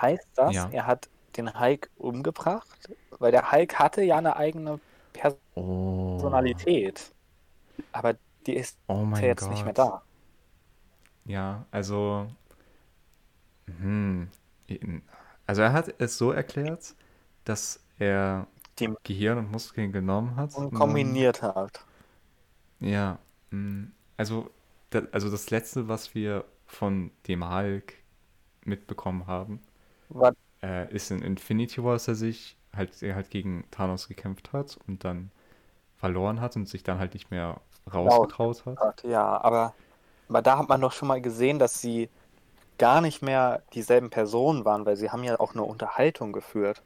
[SPEAKER 2] Heißt das,
[SPEAKER 1] Ja.
[SPEAKER 2] er hat den Hulk umgebracht? Weil der Hulk hatte ja eine eigene
[SPEAKER 1] Oh.
[SPEAKER 2] Personalität. Aber die ist
[SPEAKER 1] Oh
[SPEAKER 2] ja
[SPEAKER 1] mein
[SPEAKER 2] jetzt
[SPEAKER 1] Gott.
[SPEAKER 2] nicht mehr da.
[SPEAKER 1] Ja, also. Hm. Also er hat es so erklärt, dass er
[SPEAKER 2] Die-
[SPEAKER 1] Gehirn und Muskeln genommen hat.
[SPEAKER 2] Und
[SPEAKER 1] dann-
[SPEAKER 2] kombiniert
[SPEAKER 1] Mhm.
[SPEAKER 2] hat.
[SPEAKER 1] Ja. hm, Also, da, also das Letzte, was wir von dem Hulk mitbekommen haben,
[SPEAKER 2] War,
[SPEAKER 1] äh, ist in Infinity War, dass er sich halt, er halt gegen Thanos gekämpft hat und dann verloren hat und sich dann halt nicht mehr rausgetraut hat.
[SPEAKER 2] hat, ja, aber, aber da hat man doch schon mal gesehen, dass sie gar nicht mehr dieselben Personen waren, weil sie haben ja auch eine Unterhaltung geführt.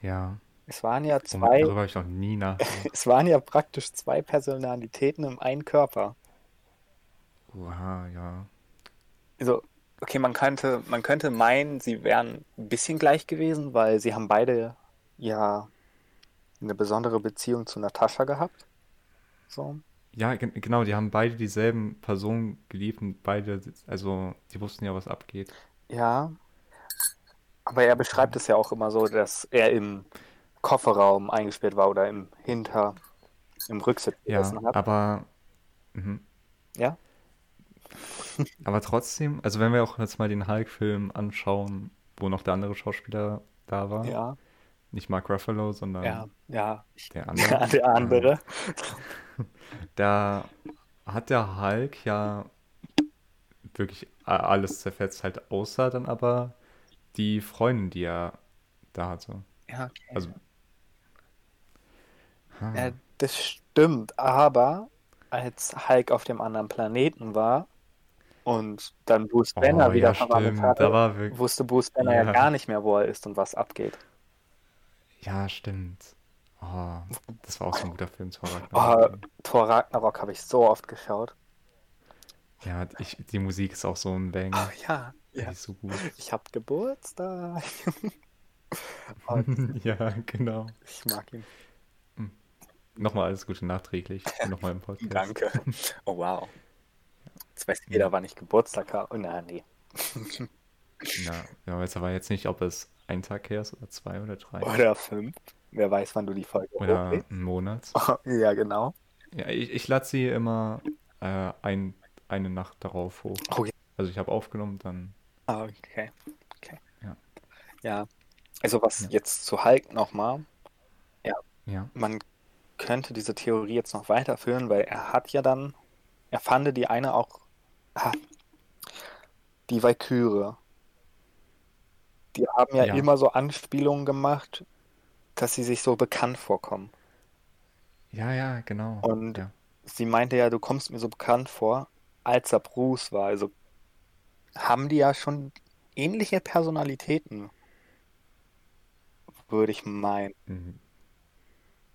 [SPEAKER 1] Ja.
[SPEAKER 2] Es waren ja
[SPEAKER 1] Und also
[SPEAKER 2] zwei,
[SPEAKER 1] darüber habe ich noch nie nachgedacht.
[SPEAKER 2] es waren ja praktisch zwei Personalitäten im einen Körper.
[SPEAKER 1] Oha, ja.
[SPEAKER 2] Also, okay, man könnte, man könnte meinen, sie wären ein bisschen gleich gewesen, weil sie haben beide ja eine besondere Beziehung zu Natascha gehabt. So.
[SPEAKER 1] Ja, gen- genau, die haben beide dieselben Personen geliebt und beide, also die wussten ja, was abgeht.
[SPEAKER 2] Ja. Aber er beschreibt es ja auch immer so, dass er im Kofferraum eingesperrt war oder im Hinter, im Rücksitz
[SPEAKER 1] Ja,
[SPEAKER 2] gesessen hat.
[SPEAKER 1] aber mhm.
[SPEAKER 2] Ja.
[SPEAKER 1] Aber trotzdem, also wenn wir auch jetzt mal den Hulk-Film anschauen, wo noch der andere Schauspieler da war,
[SPEAKER 2] Ja,
[SPEAKER 1] nicht Mark Ruffalo, sondern
[SPEAKER 2] ja, ja.
[SPEAKER 1] der andere,
[SPEAKER 2] Ja,
[SPEAKER 1] ähm,
[SPEAKER 2] der andere.
[SPEAKER 1] da hat der Hulk ja wirklich a- alles zerfetzt, halt außer dann aber die Freundin, die er da hatte.
[SPEAKER 2] Ja, okay.
[SPEAKER 1] Also, ha.
[SPEAKER 2] Ja, das stimmt, aber als Hulk auf dem anderen Planeten war und dann Bruce
[SPEAKER 1] Oh,
[SPEAKER 2] Banner wieder
[SPEAKER 1] ja,
[SPEAKER 2] verwandelt
[SPEAKER 1] stimmt.
[SPEAKER 2] hatte,
[SPEAKER 1] Da war wirklich.
[SPEAKER 2] wusste Bruce Banner ja
[SPEAKER 1] Ja.
[SPEAKER 2] gar nicht mehr, wo er ist und was abgeht.
[SPEAKER 1] Ja, stimmt. Oh, das war auch so ein guter Film, Thor
[SPEAKER 2] Oh,
[SPEAKER 1] Ragnarok.
[SPEAKER 2] Thor Ragnarok habe ich so oft geschaut.
[SPEAKER 1] Ja, ich, die Musik ist auch so ein Banger.
[SPEAKER 2] Oh ja,
[SPEAKER 1] Die
[SPEAKER 2] ja.
[SPEAKER 1] ist so gut.
[SPEAKER 2] Ich habe Geburtstag. Oh,
[SPEAKER 1] ja, genau.
[SPEAKER 2] ich mag ihn.
[SPEAKER 1] Nochmal alles Gute nachträglich. Nochmal im Podcast.
[SPEAKER 2] Danke. Oh wow. Jetzt weiß jeder, wann ich Geburtstag habe. Oh nein, nee.
[SPEAKER 1] Ja, ja, weiß aber jetzt nicht, ob es ein Tag her ist oder zwei oder drei.
[SPEAKER 2] Oder fünf. Wer weiß, wann du die Folge
[SPEAKER 1] Oder
[SPEAKER 2] hochlädst.
[SPEAKER 1] einen Monat.
[SPEAKER 2] Ja, genau.
[SPEAKER 1] Ja, ich, ich lade sie immer äh, ein, eine Nacht darauf hoch.
[SPEAKER 2] Oh, ja.
[SPEAKER 1] Also ich habe aufgenommen, dann.
[SPEAKER 2] Ah, okay. Okay.
[SPEAKER 1] Ja.
[SPEAKER 2] Ja. Also was
[SPEAKER 1] Ja.
[SPEAKER 2] jetzt zu Hulk nochmal,
[SPEAKER 1] Ja.
[SPEAKER 2] man könnte diese Theorie jetzt noch weiterführen, weil er hat ja dann, er fand die eine auch, ah, die Walküre. Die haben ja
[SPEAKER 1] Ja.
[SPEAKER 2] immer so Anspielungen gemacht, dass sie sich so bekannt vorkommen.
[SPEAKER 1] Ja, ja, genau.
[SPEAKER 2] Und-
[SPEAKER 1] ja.
[SPEAKER 2] sie meinte ja, du kommst mir so bekannt vor, als er Bruce war. Also haben die ja schon ähnliche Personalitäten, würde ich meinen.
[SPEAKER 1] Mhm.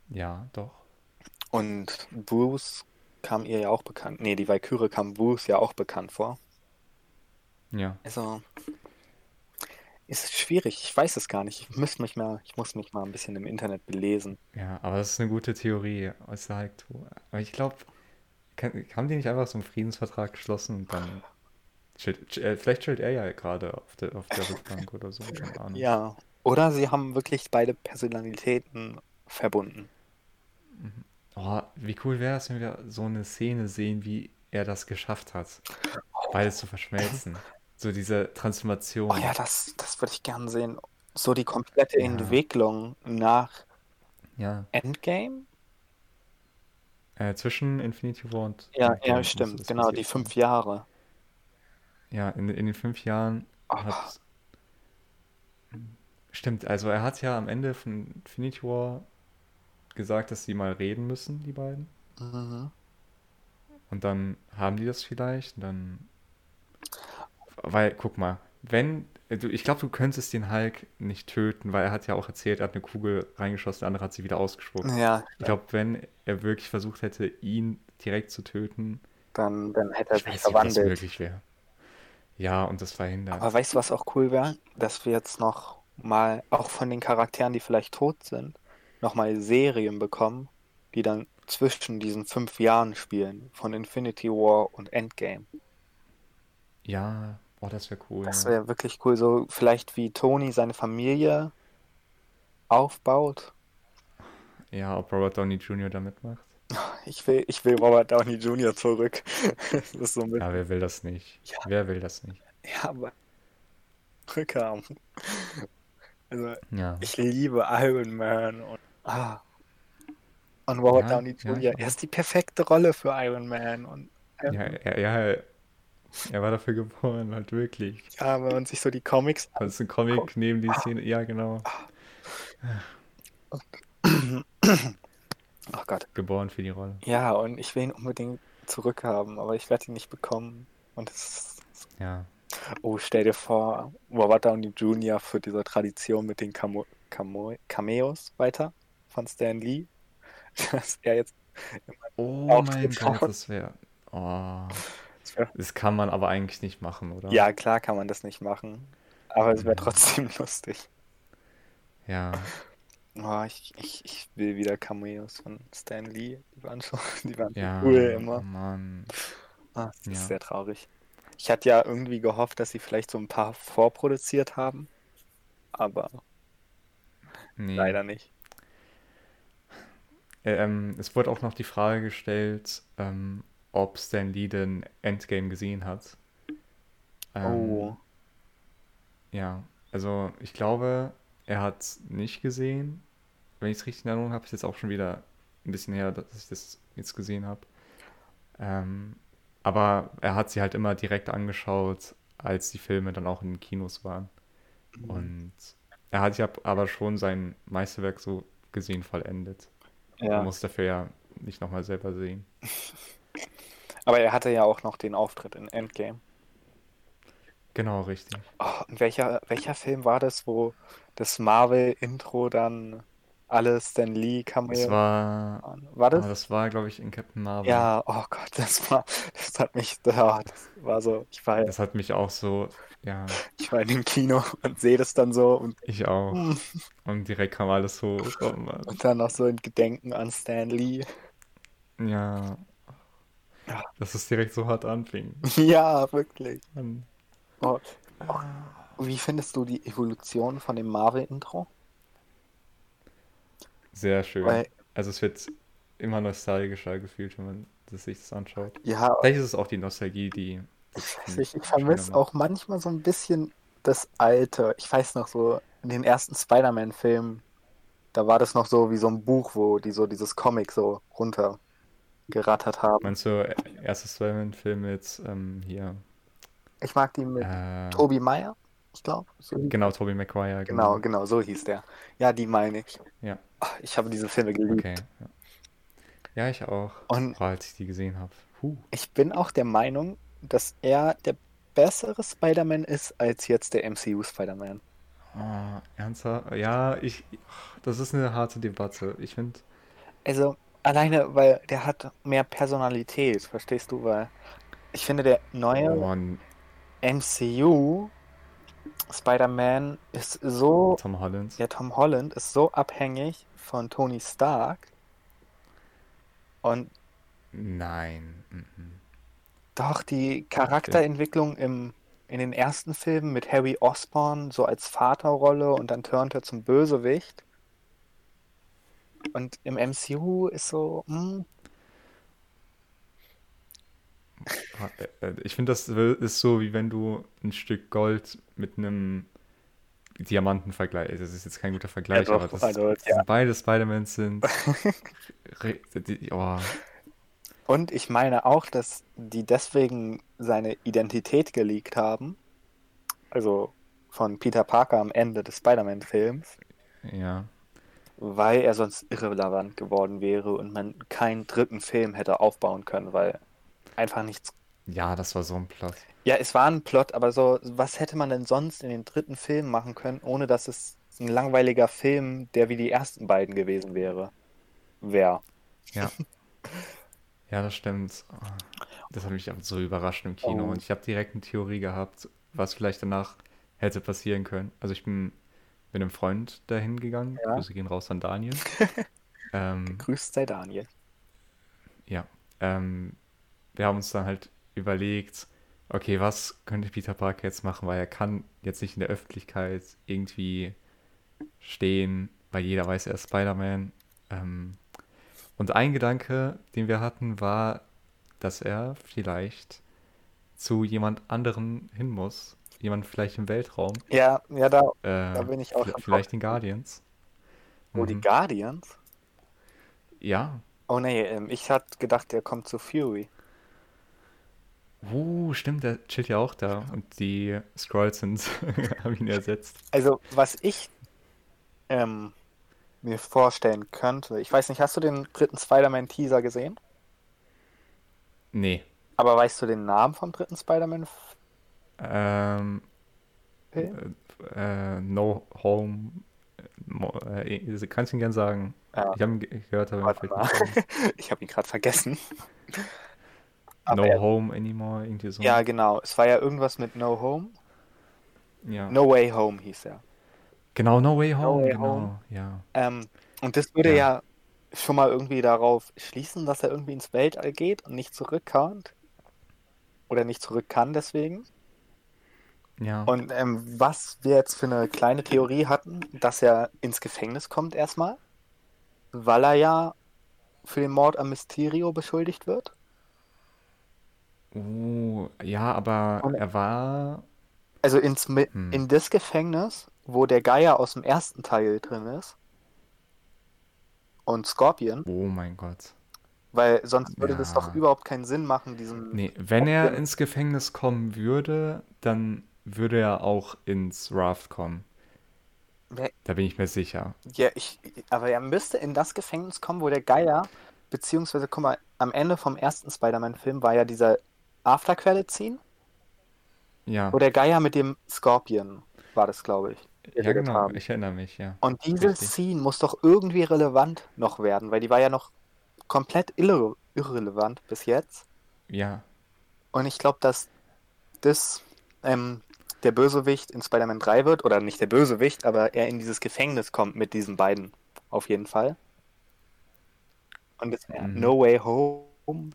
[SPEAKER 1] Ja, doch.
[SPEAKER 2] Und Bruce kam ihr ja auch bekannt. Nee, die Valkyrie kam Bruce ja auch bekannt vor.
[SPEAKER 1] Ja.
[SPEAKER 2] Also ist schwierig. Ich weiß es gar nicht. Ich muss mich mal, ich muss mich mal ein bisschen im Internet belesen.
[SPEAKER 1] Ja, aber das ist eine gute Theorie. Ist halt, aber ich glaube, haben die nicht einfach so einen Friedensvertrag geschlossen und dann. Chillt, ch- äh, vielleicht chillt er ja gerade auf der, auf der Rückbank oder so, keine Ahnung.
[SPEAKER 2] Ja. Oder sie haben wirklich beide Personalitäten verbunden.
[SPEAKER 1] Oh, wie cool wäre es, wenn wir so eine Szene sehen, wie er das geschafft hat, beides zu verschmelzen. So diese Transformation.
[SPEAKER 2] Oh ja, das, das würde ich gern sehen. So die komplette Entwicklung nach
[SPEAKER 1] Ja.
[SPEAKER 2] Endgame?
[SPEAKER 1] Äh, zwischen Infinity War und.
[SPEAKER 2] Ja,
[SPEAKER 1] Endgame
[SPEAKER 2] ja,
[SPEAKER 1] muss
[SPEAKER 2] stimmt.
[SPEAKER 1] das
[SPEAKER 2] Genau, die
[SPEAKER 1] passiert sein.
[SPEAKER 2] fünf Jahre.
[SPEAKER 1] Ja, in, in den fünf Jahren
[SPEAKER 2] Ah,
[SPEAKER 1] hat. Stimmt, also er hat ja am Ende von Infinity War gesagt, dass sie mal reden müssen, die beiden.
[SPEAKER 2] Mhm.
[SPEAKER 1] Und dann haben die das vielleicht. Und dann. Weil, guck mal, wenn. Du, ich glaube, du könntest den Hulk nicht töten, weil er hat ja auch erzählt, er hat eine Kugel reingeschossen, der andere hat sie wieder ausgespuckt.
[SPEAKER 2] Ja,
[SPEAKER 1] Ich glaube, wenn er wirklich versucht hätte, ihn direkt zu töten,
[SPEAKER 2] dann, dann hätte er
[SPEAKER 1] ich
[SPEAKER 2] sich
[SPEAKER 1] weiß nicht, ob das
[SPEAKER 2] verwandelt.
[SPEAKER 1] möglich wäre. Ja, und das verhindert.
[SPEAKER 2] Aber weißt du, was auch cool wäre? Dass wir jetzt noch mal, auch von den Charakteren, die vielleicht tot sind, noch mal Serien bekommen, die dann zwischen diesen fünf Jahren spielen, von Infinity War und Endgame.
[SPEAKER 1] ja, oh, das wäre cool.
[SPEAKER 2] Das
[SPEAKER 1] ja.
[SPEAKER 2] wäre wirklich cool, so vielleicht wie Tony seine Familie aufbaut.
[SPEAKER 1] Ja, ob Robert Downey Jr. da mitmacht.
[SPEAKER 2] Ich will, ich will Robert Downey Jr. zurück. Das ist so mit,
[SPEAKER 1] Ja, wer will das nicht? Wer will das nicht?
[SPEAKER 2] ja, aber Rückarm. Also
[SPEAKER 1] Ja.
[SPEAKER 2] Ich liebe Iron Man und, ah, und Robert
[SPEAKER 1] Ja,
[SPEAKER 2] Downey
[SPEAKER 1] ja,
[SPEAKER 2] Jr.
[SPEAKER 1] ich
[SPEAKER 2] er ist die perfekte Rolle für Iron Man und ähm,
[SPEAKER 1] Ja, er, ja, er war dafür geboren, halt wirklich.
[SPEAKER 2] ja, wenn man sich so die Comics
[SPEAKER 1] Kannst du einen Comic nehmen,
[SPEAKER 2] Ah.
[SPEAKER 1] die Szene? Ja, genau.
[SPEAKER 2] Ach Gott.
[SPEAKER 1] Geboren für die Rolle.
[SPEAKER 2] Ja, und ich will ihn unbedingt zurückhaben, aber ich werde ihn nicht bekommen. Und es ist,
[SPEAKER 1] Ja.
[SPEAKER 2] oh, stell dir vor, Robert Downey Jr. führt diese Tradition mit den Camo Camo Cameos weiter von Stan Lee. Dass er jetzt,
[SPEAKER 1] Oh
[SPEAKER 2] Auch
[SPEAKER 1] mein
[SPEAKER 2] Zuschauer.
[SPEAKER 1] Gott, das wäre. Oh. Das kann man aber eigentlich nicht machen, oder?
[SPEAKER 2] ja, klar kann man das nicht machen, aber
[SPEAKER 1] Mhm.
[SPEAKER 2] es wäre trotzdem lustig.
[SPEAKER 1] Ja.
[SPEAKER 2] Oh, ich, ich, ich will wieder Cameos von Stan Lee. Die waren schon, die waren
[SPEAKER 1] Ja. oh
[SPEAKER 2] cool immer.
[SPEAKER 1] Mann.
[SPEAKER 2] Ah, das
[SPEAKER 1] Ja.
[SPEAKER 2] ist sehr traurig. Ich hatte ja irgendwie gehofft, dass sie vielleicht so ein paar vorproduziert haben, aber
[SPEAKER 1] Nee.
[SPEAKER 2] leider nicht.
[SPEAKER 1] Ähm, es wurde auch noch die Frage gestellt, ähm, ob Stan Lee den Endgame gesehen hat. Ähm,
[SPEAKER 2] Oh,
[SPEAKER 1] Ja, also ich glaube, er hat es nicht gesehen. Wenn ich es richtig in Erinnerung habe, ist jetzt auch schon wieder ein bisschen her, dass ich das jetzt gesehen habe. Ähm, aber er hat sie halt immer direkt angeschaut, als die Filme dann auch in den Kinos waren.
[SPEAKER 2] Mhm.
[SPEAKER 1] Und er hat ja aber schon sein Meisterwerk so gesehen vollendet. Man
[SPEAKER 2] ja.
[SPEAKER 1] muss dafür ja nicht nochmal selber sehen.
[SPEAKER 2] Aber er hatte ja auch noch den Auftritt in Endgame.
[SPEAKER 1] Genau, richtig.
[SPEAKER 2] Oh, und welcher, welcher Film war das, wo das Marvel-Intro dann alle Stan
[SPEAKER 1] Es
[SPEAKER 2] Lee-Cameos
[SPEAKER 1] war,
[SPEAKER 2] waren? War
[SPEAKER 1] ah,
[SPEAKER 2] das?
[SPEAKER 1] das war, glaube ich, in Captain Marvel.
[SPEAKER 2] Ja, oh Gott, das war, das hat mich, oh, das war so, ich war,
[SPEAKER 1] Das hat mich auch so, ja,
[SPEAKER 2] ich war in dem Kino und sehe das dann so und
[SPEAKER 1] ich
[SPEAKER 2] Hm.
[SPEAKER 1] auch. Und direkt kam alles so, oh Mann.
[SPEAKER 2] Und dann noch so ein Gedenken an Stan Lee.
[SPEAKER 1] Ja.
[SPEAKER 2] Ja.
[SPEAKER 1] Dass es direkt so hart anfing.
[SPEAKER 2] Ja, wirklich.
[SPEAKER 1] Mann.
[SPEAKER 2] Oh.
[SPEAKER 1] Ah.
[SPEAKER 2] Wie findest du die Evolution von dem Marvel-Intro?
[SPEAKER 1] Sehr schön.
[SPEAKER 2] Weil-
[SPEAKER 1] Also es wird immer nostalgischer gefühlt, wenn man das sich das anschaut.
[SPEAKER 2] Ja,
[SPEAKER 1] Vielleicht ist es auch die Nostalgie, die. das
[SPEAKER 2] ich, ich
[SPEAKER 1] schöner
[SPEAKER 2] vermisse
[SPEAKER 1] macht.
[SPEAKER 2] auch manchmal so ein bisschen das Alte. Ich weiß noch so, in den ersten Spider-Man-Filmen, da war das noch so wie so ein Buch, wo die so dieses Comic so runtergerattert haben.
[SPEAKER 1] Meinst du, äh, erstes Spider-Man-Film mit ähm, hier?
[SPEAKER 2] Ich mag die mit
[SPEAKER 1] Äh,
[SPEAKER 2] Tobey Mayer, ich glaube.
[SPEAKER 1] genau, Tobey Maguire.
[SPEAKER 2] Genau, genau, so hieß der. Ja, die meine ich.
[SPEAKER 1] Ja.
[SPEAKER 2] Ach, Ich habe diese Filme geliebt.
[SPEAKER 1] Okay. ja. Ja, ich auch.
[SPEAKER 2] Und
[SPEAKER 1] Boah, als ich die gesehen habe. Huh.
[SPEAKER 2] ich bin auch der Meinung, dass er der bessere Spider-Man ist als jetzt der MCU Spider-Man.
[SPEAKER 1] Ah, ernsthaft? Ja, ich. Das ist eine harte Debatte. Ich finde.
[SPEAKER 2] Also alleine, weil der hat mehr Personalität, verstehst du? Weil ich finde, der
[SPEAKER 1] Oh
[SPEAKER 2] neue
[SPEAKER 1] Mann,
[SPEAKER 2] MCU Spider-Man ist so,
[SPEAKER 1] Tom Holland.
[SPEAKER 2] ja, Tom Holland ist so abhängig von Tony Stark. Und
[SPEAKER 1] Nein. mhm.
[SPEAKER 2] Doch, die Charakterentwicklung im, in den ersten Filmen mit Harry Osborn so als Vaterrolle und dann turnt er zum Bösewicht. Und im MCU ist so, hm,
[SPEAKER 1] Äh, äh, Ich finde, das ist so, wie wenn du ein Stück Gold mit einem Diamanten vergleichst. Das ist jetzt kein guter Vergleich,
[SPEAKER 2] doch,
[SPEAKER 1] aber das,
[SPEAKER 2] also,
[SPEAKER 1] das
[SPEAKER 2] ja.
[SPEAKER 1] sind beide Spider-Mans sind. Re- die- Oh,
[SPEAKER 2] und ich meine auch, dass die deswegen seine Identität geleakt haben. Also von Peter Parker am Ende des Spider-Man-Films,
[SPEAKER 1] ja.
[SPEAKER 2] weil er sonst irrelevant geworden wäre und man keinen dritten Film hätte aufbauen können, weil einfach nichts
[SPEAKER 1] Ja, das war so ein Plot.
[SPEAKER 2] Ja, es war ein Plot, aber so, was hätte man denn sonst in den dritten Film machen können, ohne dass es ein langweiliger Film, der wie die ersten beiden gewesen wäre? Wäre.
[SPEAKER 1] Ja. Ja, das stimmt. Ah, Das hat mich auch so überrascht im Kino.
[SPEAKER 2] Oh.
[SPEAKER 1] Und ich habe direkt eine Theorie gehabt, was vielleicht danach hätte passieren können. Also ich bin mit einem Freund dahin gegangen.
[SPEAKER 2] Ja.
[SPEAKER 1] Grüße gehen raus an Daniel. ähm,
[SPEAKER 2] Grüßt sei Daniel.
[SPEAKER 1] ja. Ähm, wir haben uns dann halt überlegt, okay, was könnte Peter Parker jetzt machen, weil er kann jetzt nicht in der Öffentlichkeit irgendwie stehen, weil jeder weiß, er ist Spider-Man. Ähm, und ein Gedanke, den wir hatten, war, dass er vielleicht zu jemand anderen hin muss. Jemand vielleicht im Weltraum.
[SPEAKER 2] Ja, ja, da,
[SPEAKER 1] Äh,
[SPEAKER 2] bin ich auch
[SPEAKER 1] vi-
[SPEAKER 2] schon
[SPEAKER 1] Vielleicht den Guardians.
[SPEAKER 2] wo die
[SPEAKER 1] Mhm.
[SPEAKER 2] Guardians?
[SPEAKER 1] Ja.
[SPEAKER 2] Oh nee, ähm, ich hatte gedacht, der kommt zu Fury.
[SPEAKER 1] Uh, stimmt, der chillt ja auch da und die Skrulls sind, haben ihn ersetzt.
[SPEAKER 2] Also, was ich ähm, mir vorstellen könnte, ich weiß nicht, hast du den dritten Spider-Man-Teaser gesehen?
[SPEAKER 1] Nee.
[SPEAKER 2] Aber weißt du den Namen vom dritten Spider-Man-Film?
[SPEAKER 1] Ähm, äh, no Home. äh, Mo- Äh, ich- kannst du ihn gern sagen?
[SPEAKER 2] Ja.
[SPEAKER 1] Ich habe ihn ge- gehört, aber mir
[SPEAKER 2] Ah. Warte
[SPEAKER 1] fällt
[SPEAKER 2] mal.
[SPEAKER 1] nicht ein.
[SPEAKER 2] Ich habe ihn gerade vergessen.
[SPEAKER 1] No
[SPEAKER 2] Aber er-
[SPEAKER 1] Home anymore, irgendwie so.
[SPEAKER 2] Ja, genau. Es war ja irgendwas mit No Home.
[SPEAKER 1] Ja.
[SPEAKER 2] No Way Home hieß er.
[SPEAKER 1] Genau, No Way Home,
[SPEAKER 2] Way
[SPEAKER 1] genau.
[SPEAKER 2] Home.
[SPEAKER 1] Ja.
[SPEAKER 2] Ähm, und das würde
[SPEAKER 1] Ja.
[SPEAKER 2] ja. schon mal irgendwie darauf schließen, dass er irgendwie ins Weltall geht und nicht zurückkommt. Oder nicht zurück kann deswegen.
[SPEAKER 1] Ja.
[SPEAKER 2] Und ähm, was wir jetzt für eine kleine Theorie hatten, dass er ins Gefängnis kommt erstmal, weil er ja für den Mord am Mysterio beschuldigt wird.
[SPEAKER 1] Uh, ja, aber
[SPEAKER 2] Und-
[SPEAKER 1] er war.
[SPEAKER 2] Also ins, Mi-
[SPEAKER 1] Hm.
[SPEAKER 2] in das Gefängnis, wo der Geier aus dem ersten Teil drin ist. Und Scorpion.
[SPEAKER 1] Oh mein Gott.
[SPEAKER 2] Weil sonst würde das doch
[SPEAKER 1] Ja.
[SPEAKER 2] überhaupt keinen Sinn machen, diesen.
[SPEAKER 1] Nee, wenn er
[SPEAKER 2] Scorpion-
[SPEAKER 1] ins Gefängnis kommen würde, dann würde er auch ins Raft kommen.
[SPEAKER 2] Ja,
[SPEAKER 1] Da bin ich mir sicher.
[SPEAKER 2] ja, ich, aber er müsste in das Gefängnis kommen, wo der Geier, beziehungsweise, guck mal, am Ende vom ersten Spider-Man-Film war ja dieser After-Credit-Scene,
[SPEAKER 1] Ja.
[SPEAKER 2] wo der Geier mit dem Scorpion war das, glaube ich. den
[SPEAKER 1] Ja,
[SPEAKER 2] wir
[SPEAKER 1] genau,
[SPEAKER 2] haben.
[SPEAKER 1] ich erinnere mich, ja.
[SPEAKER 2] Und diese
[SPEAKER 1] Richtig.
[SPEAKER 2] Scene muss doch irgendwie relevant noch werden, weil die war ja noch komplett irre, irrelevant bis jetzt.
[SPEAKER 1] Ja,
[SPEAKER 2] Und ich glaube, dass das ähm, der Bösewicht in Spider-Man 3 wird, oder nicht der Bösewicht, aber er in dieses Gefängnis kommt mit diesen beiden. Auf jeden Fall. Und das wäre
[SPEAKER 1] Mhm.
[SPEAKER 2] No Way Home,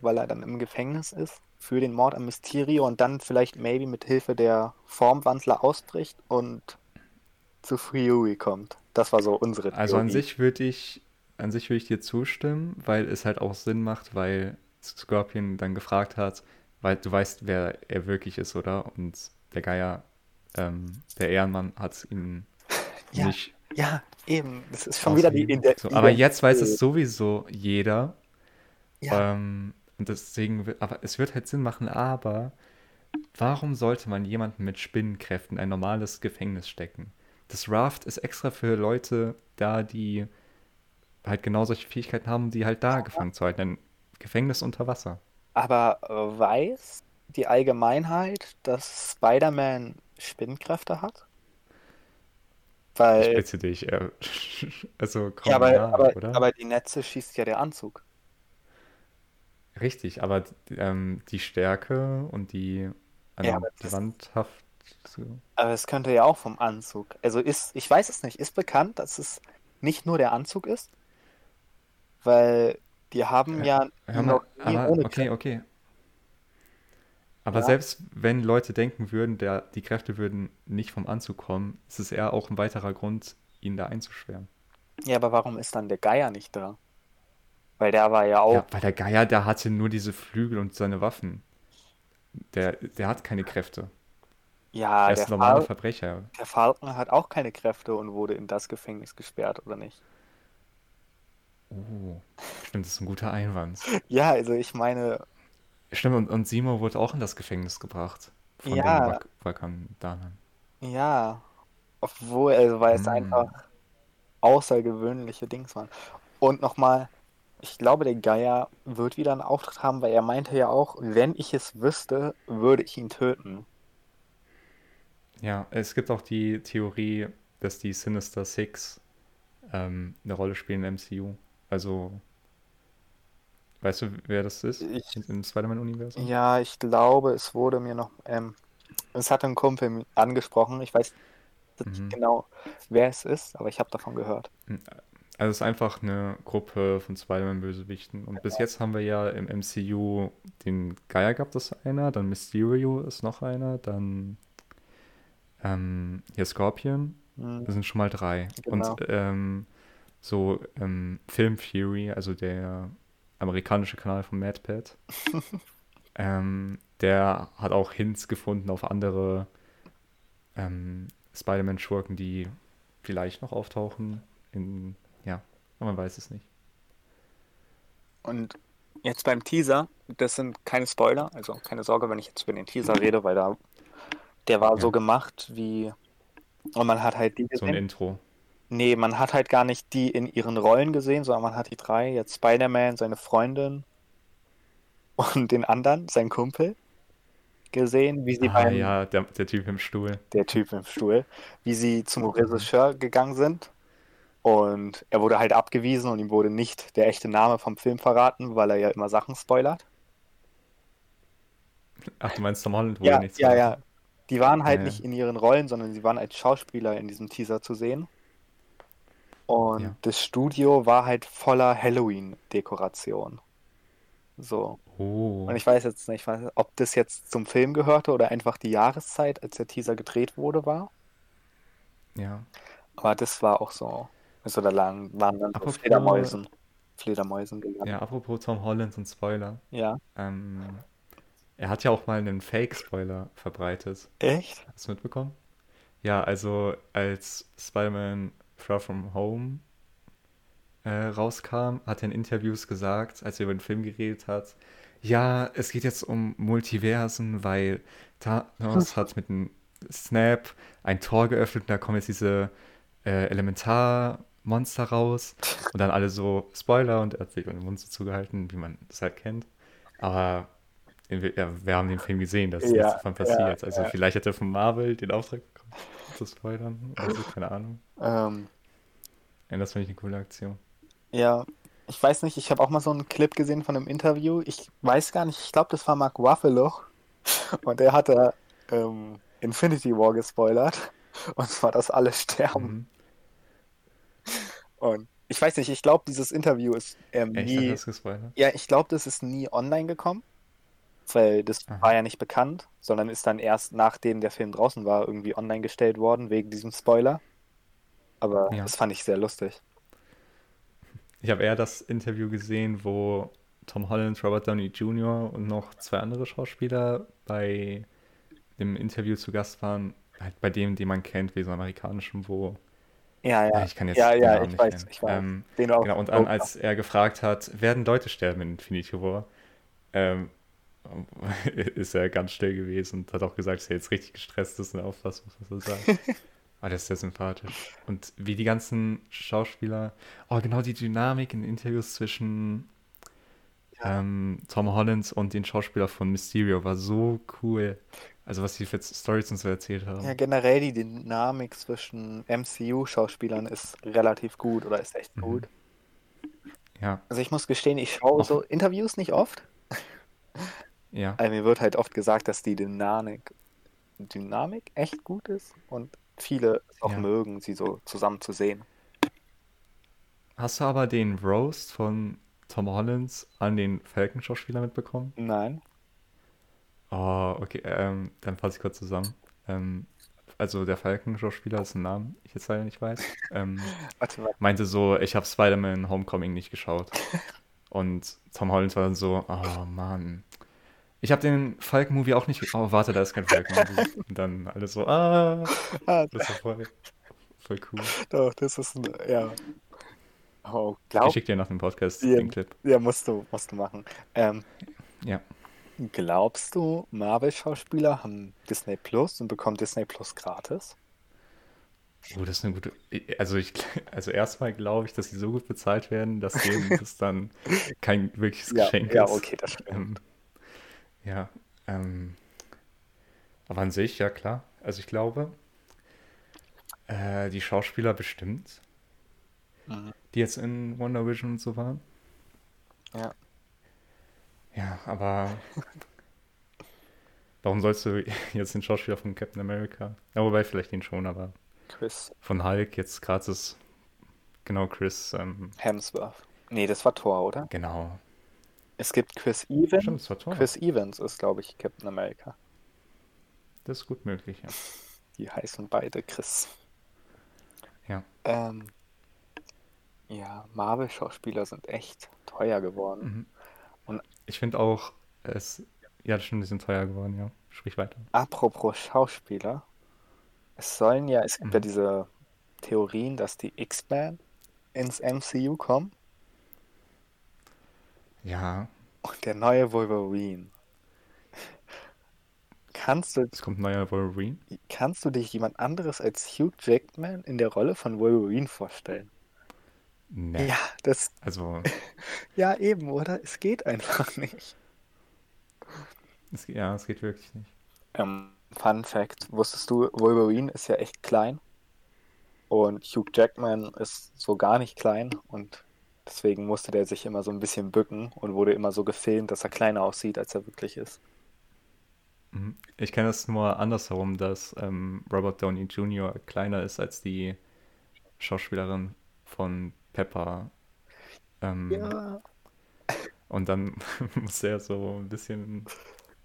[SPEAKER 2] weil er dann im Gefängnis ist für den Mord am Mysterio und dann vielleicht maybe mit Hilfe der Formwandler ausbricht und zu Fury kommt. Das war so unsere
[SPEAKER 1] also an
[SPEAKER 2] Theorie.
[SPEAKER 1] sich würde ich, an sich würde ich dir zustimmen, weil es halt auch Sinn macht, weil Scorpion dann gefragt hat, weil du weißt, wer er wirklich ist, oder? Und der Geier, ähm, der Ehrenmann hat ihn
[SPEAKER 2] Ja,
[SPEAKER 1] nicht
[SPEAKER 2] Ja, eben. Das ist schon wieder die
[SPEAKER 1] ausgegeben.
[SPEAKER 2] Ide-
[SPEAKER 1] so, Aber
[SPEAKER 2] Ident-
[SPEAKER 1] jetzt weiß es sowieso jeder.
[SPEAKER 2] Ja.
[SPEAKER 1] Ähm, und deswegen, wi- aber es wird halt Sinn machen, aber warum sollte man jemanden mit Spinnenkräften in ein normales Gefängnis stecken? Das Raft ist extra für Leute da, die, halt genau solche Fähigkeiten haben, die halt da gefangen zu halten. Ein Gefängnis unter Wasser.
[SPEAKER 2] Aber äh, weiß die Allgemeinheit, dass Spider-Man Spinnkräfte hat?
[SPEAKER 1] Ich
[SPEAKER 2] Weil,
[SPEAKER 1] bitte dich. Äh, also komm
[SPEAKER 2] ja,
[SPEAKER 1] mal
[SPEAKER 2] aber,
[SPEAKER 1] nach,
[SPEAKER 2] aber,
[SPEAKER 1] oder?
[SPEAKER 2] aber die Netze schießt ja der Anzug.
[SPEAKER 1] Richtig, aber d- ähm, die Stärke und die,
[SPEAKER 2] Ja,
[SPEAKER 1] also
[SPEAKER 2] aber
[SPEAKER 1] die
[SPEAKER 2] das-
[SPEAKER 1] Wandhaft. So.
[SPEAKER 2] Aber es könnte ja auch vom Anzug. Also ist, ich weiß es nicht, ist bekannt, dass es nicht nur der Anzug ist, weil die haben ja
[SPEAKER 1] Äh, Hör mal,
[SPEAKER 2] noch nie
[SPEAKER 1] aber
[SPEAKER 2] Genau, eh ohne
[SPEAKER 1] okay,
[SPEAKER 2] Kräfte.
[SPEAKER 1] okay. Aber
[SPEAKER 2] Ja.
[SPEAKER 1] selbst wenn Leute denken würden, der, die Kräfte würden nicht vom Anzug kommen, ist es eher auch ein weiterer Grund, ihn da einzuschweren.
[SPEAKER 2] Ja, aber warum ist dann der Geier nicht da? Weil der war ja auch.
[SPEAKER 1] Ja, weil der Geier, der hatte nur diese Flügel und seine Waffen. Der, der hat keine Kräfte.
[SPEAKER 2] Ja,
[SPEAKER 1] Er
[SPEAKER 2] der
[SPEAKER 1] ist ein normaler
[SPEAKER 2] Fal
[SPEAKER 1] Verbrecher.
[SPEAKER 2] der Falken hat auch keine Kräfte und wurde in das Gefängnis gesperrt, oder nicht?
[SPEAKER 1] Oh, stimmt, das ist ein guter Einwand.
[SPEAKER 2] Ja, also ich meine,
[SPEAKER 1] Stimmt, und, und Simo wurde auch in das Gefängnis gebracht. Von den
[SPEAKER 2] Ja.
[SPEAKER 1] Wak Wakandanern.
[SPEAKER 2] ja. Obwohl, also weil es
[SPEAKER 1] Hm.
[SPEAKER 2] einfach außergewöhnliche Dings waren. Und nochmal, ich glaube, der Geier wird wieder einen Auftritt haben, weil er meinte ja auch, wenn ich es wüsste, würde ich ihn töten.
[SPEAKER 1] Ja, es gibt auch die Theorie, dass die Sinister Six ähm, eine Rolle spielen im MCU. Also, weißt du, wer das ist
[SPEAKER 2] Ich-
[SPEAKER 1] In- im Spider-Man-Universum?
[SPEAKER 2] Ja, ich glaube, es wurde mir noch, ähm, es hat ein Kumpel mi- angesprochen. Ich weiß nicht
[SPEAKER 1] Mhm.
[SPEAKER 2] genau, wer es ist, aber ich habe davon gehört.
[SPEAKER 1] Also, es ist einfach eine Gruppe von Spider-Man-Bösewichten. Und bis jetzt haben wir ja im MCU den Geier gehabt, das ist einer, dann Mysterio ist noch einer, dann ähm, hier Scorpion.
[SPEAKER 2] Hm.
[SPEAKER 1] Das sind schon mal drei.
[SPEAKER 2] Genau.
[SPEAKER 1] Und ähm, so ähm, Film Fury, also der amerikanische Kanal von MadPad, ähm, der hat auch Hints gefunden auf andere ähm, Spider-Man-Schurken, die vielleicht noch auftauchen. In, ja, aber man weiß es nicht.
[SPEAKER 2] Und jetzt beim Teaser, das sind keine Spoiler, also keine Sorge, wenn ich jetzt über den Teaser rede, weil da, der war
[SPEAKER 1] Ja.
[SPEAKER 2] so gemacht wie, und man hat halt die
[SPEAKER 1] So ein
[SPEAKER 2] gesehen.
[SPEAKER 1] Intro.
[SPEAKER 2] Nee, man hat halt gar nicht die in ihren Rollen gesehen, sondern man hat die drei, jetzt Spider-Man, seine Freundin und den anderen, sein Kumpel, gesehen, wie sie
[SPEAKER 1] Ah
[SPEAKER 2] beim,
[SPEAKER 1] ja, der, der Typ im Stuhl.
[SPEAKER 2] der Typ im Stuhl, wie sie zum Regisseur gegangen sind. Und er wurde halt abgewiesen und ihm wurde nicht der echte Name vom Film verraten, weil er ja immer Sachen spoilert.
[SPEAKER 1] Ach, du meinst Tom Holland wurde
[SPEAKER 2] Ja,
[SPEAKER 1] nichts
[SPEAKER 2] ja, ja.
[SPEAKER 1] verraten?
[SPEAKER 2] Die waren halt
[SPEAKER 1] Ja, ja.
[SPEAKER 2] nicht in ihren Rollen, sondern sie waren als Schauspieler in diesem Teaser zu sehen. Und
[SPEAKER 1] Ja.
[SPEAKER 2] das Studio war halt voller Halloween-Dekoration. So.
[SPEAKER 1] Oh.
[SPEAKER 2] Und ich weiß jetzt nicht, weiß- ob das jetzt zum Film gehörte oder einfach die Jahreszeit, als der Teaser gedreht wurde, war.
[SPEAKER 1] Ja.
[SPEAKER 2] Aber das war auch so. Also da lagen, waren dann so
[SPEAKER 1] Apropos-
[SPEAKER 2] Fledermäusen. Fledermäusen gegangen.
[SPEAKER 1] ja, apropos Tom Holland und Spoiler.
[SPEAKER 2] Ja.
[SPEAKER 1] Ähm, er hat ja auch mal einen Fake-Spoiler verbreitet.
[SPEAKER 2] Echt?
[SPEAKER 1] Hast du mitbekommen? Ja, also als Spider-Man Far From Home äh, rauskam, hat er in Interviews gesagt, als er über den Film geredet hat, ja, es geht jetzt um Multiversen, weil Thanos hat mit einem Snap ein Tor geöffnet und da kommen jetzt diese äh, Elementarmonster raus und dann alle so Spoiler und er hat sich den Mund so zugehalten, wie man das halt kennt. Aber in, ja, wir haben den Film gesehen, dass
[SPEAKER 2] Ja,
[SPEAKER 1] nichts davon passiert. also vielleicht hat er von Marvel den Auftrag bekommen, zu spoilern. Also keine Ahnung.
[SPEAKER 2] Ähm,
[SPEAKER 1] Ja, das finde ich eine coole Aktion.
[SPEAKER 2] Ja, ich weiß nicht, ich habe auch mal so einen Clip gesehen von einem Interview. Ich weiß gar nicht, ich glaube, das war Mark Ruffalo. Und der hatte ähm, Infinity War gespoilert. Und zwar, dass alle sterben.
[SPEAKER 1] Mhm.
[SPEAKER 2] Und ich weiß nicht, ich glaube, dieses Interview ist ähm,
[SPEAKER 1] Echt, hat er
[SPEAKER 2] nie.
[SPEAKER 1] das gespoilert?
[SPEAKER 2] Ja, ich glaube, das ist nie online gekommen. Weil das
[SPEAKER 1] Aha.
[SPEAKER 2] war ja nicht bekannt, sondern ist dann erst nachdem der Film draußen war, irgendwie online gestellt worden, wegen diesem Spoiler. Aber
[SPEAKER 1] Ja.
[SPEAKER 2] das fand ich sehr lustig.
[SPEAKER 1] Ich habe eher das Interview gesehen, wo Tom Holland, Robert Downey Jr. und noch zwei andere Schauspieler bei dem Interview zu Gast waren. Halt bei dem, den man kennt, wie so amerikanischen, wo.
[SPEAKER 2] Ja, ja.
[SPEAKER 1] Ah, ich kann jetzt
[SPEAKER 2] Ja,
[SPEAKER 1] den
[SPEAKER 2] ja,
[SPEAKER 1] Namen
[SPEAKER 2] ich
[SPEAKER 1] nicht
[SPEAKER 2] weiß,
[SPEAKER 1] nennen.
[SPEAKER 2] ich weiß.
[SPEAKER 1] Ähm,
[SPEAKER 2] Den du auch-
[SPEAKER 1] Genau, und dann, als er gefragt hat, werden Leute sterben in Infinity War, ähm, ist er ganz still gewesen und hat auch gesagt, dass er jetzt richtig gestresst ist in der Auffassung, was er sagt. Ah, das ist sehr sympathisch. Und wie die ganzen Schauspieler, oh, genau die Dynamik in Interviews zwischen ähm, Tom Holland und den Schauspieler von Mysterio war so cool. Also, was die für Stories uns so erzählt haben.
[SPEAKER 2] Ja, generell die Dynamik zwischen MCU-Schauspielern ist relativ gut oder ist
[SPEAKER 1] Mhm.
[SPEAKER 2] echt gut.
[SPEAKER 1] Ja,
[SPEAKER 2] Also ich muss gestehen, ich schaue so Interviews nicht oft.
[SPEAKER 1] ja.
[SPEAKER 2] Also mir wird halt oft gesagt, dass die Dynamik, Dynamik echt gut ist und viele es auch
[SPEAKER 1] Ja.
[SPEAKER 2] mögen, sie so zusammen zu sehen.
[SPEAKER 1] Hast du aber den Roast von Tom Holland an den Falcon-Schauspieler mitbekommen?
[SPEAKER 2] Nein.
[SPEAKER 1] Oh, okay, ähm, dann fasse ich kurz zusammen. Ähm, also der Falcon-Schauspieler, dessen Namen ich jetzt leider nicht weiß, ähm,
[SPEAKER 2] Warte mal.
[SPEAKER 1] meinte so, ich habe Spider-Man Homecoming nicht geschaut. Und Tom Holland war dann so, oh Mann. Ich habe den Falcon-Movie auch nicht. ge- Oh, warte, da ist kein Falcon-Movie. Und dann alle so, ah,
[SPEAKER 2] Ah,
[SPEAKER 1] das ist voll, voll cool.
[SPEAKER 2] doch, das ist ein, ja. Oh,
[SPEAKER 1] Ich
[SPEAKER 2] glaub,
[SPEAKER 1] schicke dir nach dem Podcast
[SPEAKER 2] Ja.
[SPEAKER 1] den Clip.
[SPEAKER 2] ja, musst du, musst du machen. Ähm,
[SPEAKER 1] Ja.
[SPEAKER 2] glaubst du, Marvel-Schauspieler haben Disney Plus und bekommen Disney Plus gratis?
[SPEAKER 1] Oh, das ist eine gute. Also, ich, also erstmal glaube ich, dass sie so gut bezahlt werden, dass denen das dann kein wirkliches
[SPEAKER 2] Ja,
[SPEAKER 1] Geschenk
[SPEAKER 2] ja,
[SPEAKER 1] ist.
[SPEAKER 2] okay, das stimmt.
[SPEAKER 1] Ähm, ja, ähm, aber an sich, ja klar. Also ich glaube, äh, die Schauspieler bestimmt,
[SPEAKER 2] Mhm.
[SPEAKER 1] die jetzt in Wonder Vision und so waren.
[SPEAKER 2] Ja.
[SPEAKER 1] Ja, aber warum sollst du jetzt den Schauspieler von Captain America? Ja, wobei vielleicht den schon, aber
[SPEAKER 2] Chris
[SPEAKER 1] von Hulk jetzt gratis, genau Chris, ähm,
[SPEAKER 2] Hemsworth. Nee, das war Thor, oder?
[SPEAKER 1] genau.
[SPEAKER 2] Es gibt Chris Evans.
[SPEAKER 1] Stimmt, das war Thor.
[SPEAKER 2] Chris Evans ist, glaube ich, Captain America.
[SPEAKER 1] Das ist gut möglich, ja.
[SPEAKER 2] Die heißen beide Chris.
[SPEAKER 1] Ja.
[SPEAKER 2] Ähm, ja, Marvel-Schauspieler sind echt teuer geworden.
[SPEAKER 1] Mhm.
[SPEAKER 2] Und-
[SPEAKER 1] ich finde auch, es, ja, das stimmt, die sind teuer geworden, ja. Sprich weiter.
[SPEAKER 2] Apropos Schauspieler, es sollen ja, es gibt ja
[SPEAKER 1] Mhm.
[SPEAKER 2] diese Theorien, dass die X-Men ins MCU kommen
[SPEAKER 1] Ja,
[SPEAKER 2] und der neue Wolverine. Kannst du,
[SPEAKER 1] es kommt ein neuer Wolverine.
[SPEAKER 2] kannst du dich jemand anderes als Hugh Jackman in der Rolle von Wolverine vorstellen?
[SPEAKER 1] Nee.
[SPEAKER 2] Ja, das,
[SPEAKER 1] Ne. Also,
[SPEAKER 2] ja eben, oder? Es geht einfach nicht.
[SPEAKER 1] es, ge- ja, es geht wirklich nicht.
[SPEAKER 2] Ähm, Fun Fact: Wusstest du, Wolverine ist ja echt klein und Hugh Jackman ist so gar nicht klein und deswegen musste der sich immer so ein bisschen bücken und wurde immer so gefilmt, dass er kleiner aussieht, als er wirklich ist.
[SPEAKER 1] Mhm. Ich kenne das nur andersherum, dass ähm, Robert Downey Jr. kleiner ist als die Schauspielerin von Pepper. Ähm,
[SPEAKER 2] Ja,
[SPEAKER 1] Und dann muss er so ein bisschen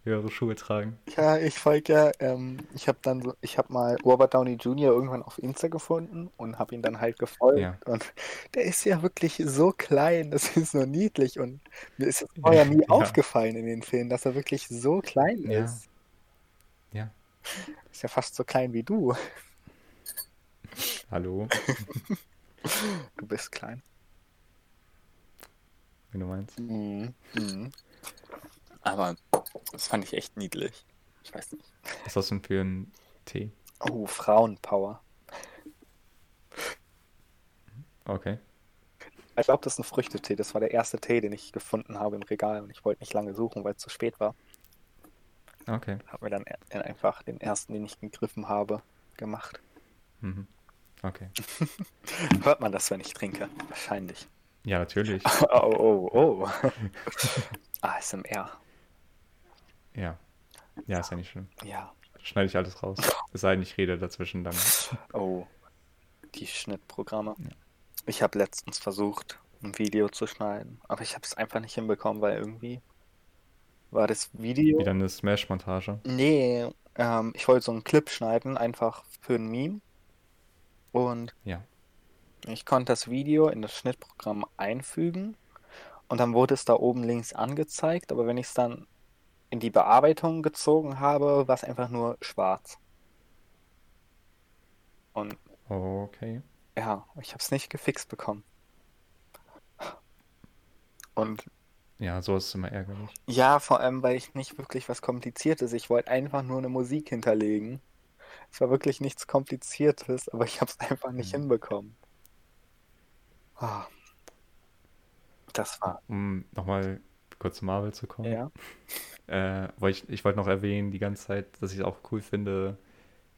[SPEAKER 1] höhere Schuhe tragen.
[SPEAKER 2] ja, ich folge ja. Ähm, ich habe dann, so- ich habe mal Robert Downey Jr. irgendwann auf Insta gefunden und habe ihn dann halt gefolgt
[SPEAKER 1] Ja.
[SPEAKER 2] und der ist ja wirklich so klein, das ist nur niedlich und mir ist es
[SPEAKER 1] Ja,
[SPEAKER 2] vorher nie
[SPEAKER 1] ja.
[SPEAKER 2] aufgefallen in den Filmen, dass er wirklich so klein
[SPEAKER 1] Ja.
[SPEAKER 2] ist.
[SPEAKER 1] Ja,
[SPEAKER 2] Ist ja fast so klein wie du.
[SPEAKER 1] hallo,
[SPEAKER 2] Du bist klein.
[SPEAKER 1] wenn du meinst.
[SPEAKER 2] Mhm. Mhm. Aber das fand ich echt niedlich. Ich weiß nicht.
[SPEAKER 1] Was hast du denn für einen Tee?
[SPEAKER 2] Oh, Frauenpower.
[SPEAKER 1] Okay.
[SPEAKER 2] Ich glaube, das ist ein Früchtetee. Das war der erste Tee, den ich gefunden habe im Regal und ich wollte nicht lange suchen, weil es zu spät war.
[SPEAKER 1] Okay.
[SPEAKER 2] Habe mir dann e- einfach den ersten, den ich gegriffen habe, gemacht.
[SPEAKER 1] Mhm. Okay.
[SPEAKER 2] Hört man das, wenn ich trinke? Wahrscheinlich.
[SPEAKER 1] Ja, natürlich.
[SPEAKER 2] Oh, oh, oh. ASMR.
[SPEAKER 1] Ja. Ja, ist ja nicht schlimm.
[SPEAKER 2] Ja.
[SPEAKER 1] Schneide ich alles raus. Es sei denn, ich rede dazwischen dann.
[SPEAKER 2] Oh, die Schnittprogramme. Ich habe letztens versucht, ein Video zu schneiden, aber ich habe es einfach nicht hinbekommen, weil irgendwie war das Video.
[SPEAKER 1] Wieder eine Smash-Montage.
[SPEAKER 2] Nee, ähm, ich wollte so einen Clip schneiden, einfach für ein Meme. Und
[SPEAKER 1] Ja.
[SPEAKER 2] ich konnte das Video in das Schnittprogramm einfügen und dann wurde es da oben links angezeigt, aber wenn ich es dann in die Bearbeitung gezogen habe, war es einfach nur schwarz. Und
[SPEAKER 1] Okay.
[SPEAKER 2] ja, ich habe es nicht gefixt bekommen. Und
[SPEAKER 1] Ja, sowas ist immer ärgerlich.
[SPEAKER 2] ja, vor allem, weil ich nicht wirklich was Kompliziertes. Ich wollte einfach nur eine Musik hinterlegen. Es war wirklich nichts Kompliziertes, aber ich habe es einfach nicht
[SPEAKER 1] Mhm.
[SPEAKER 2] hinbekommen. Ah, das war.
[SPEAKER 1] Um nochmal kurz zu Marvel zu kommen.
[SPEAKER 2] Ja.
[SPEAKER 1] Äh, wollte ich ich wollte noch erwähnen die ganze Zeit, dass ich es auch cool finde,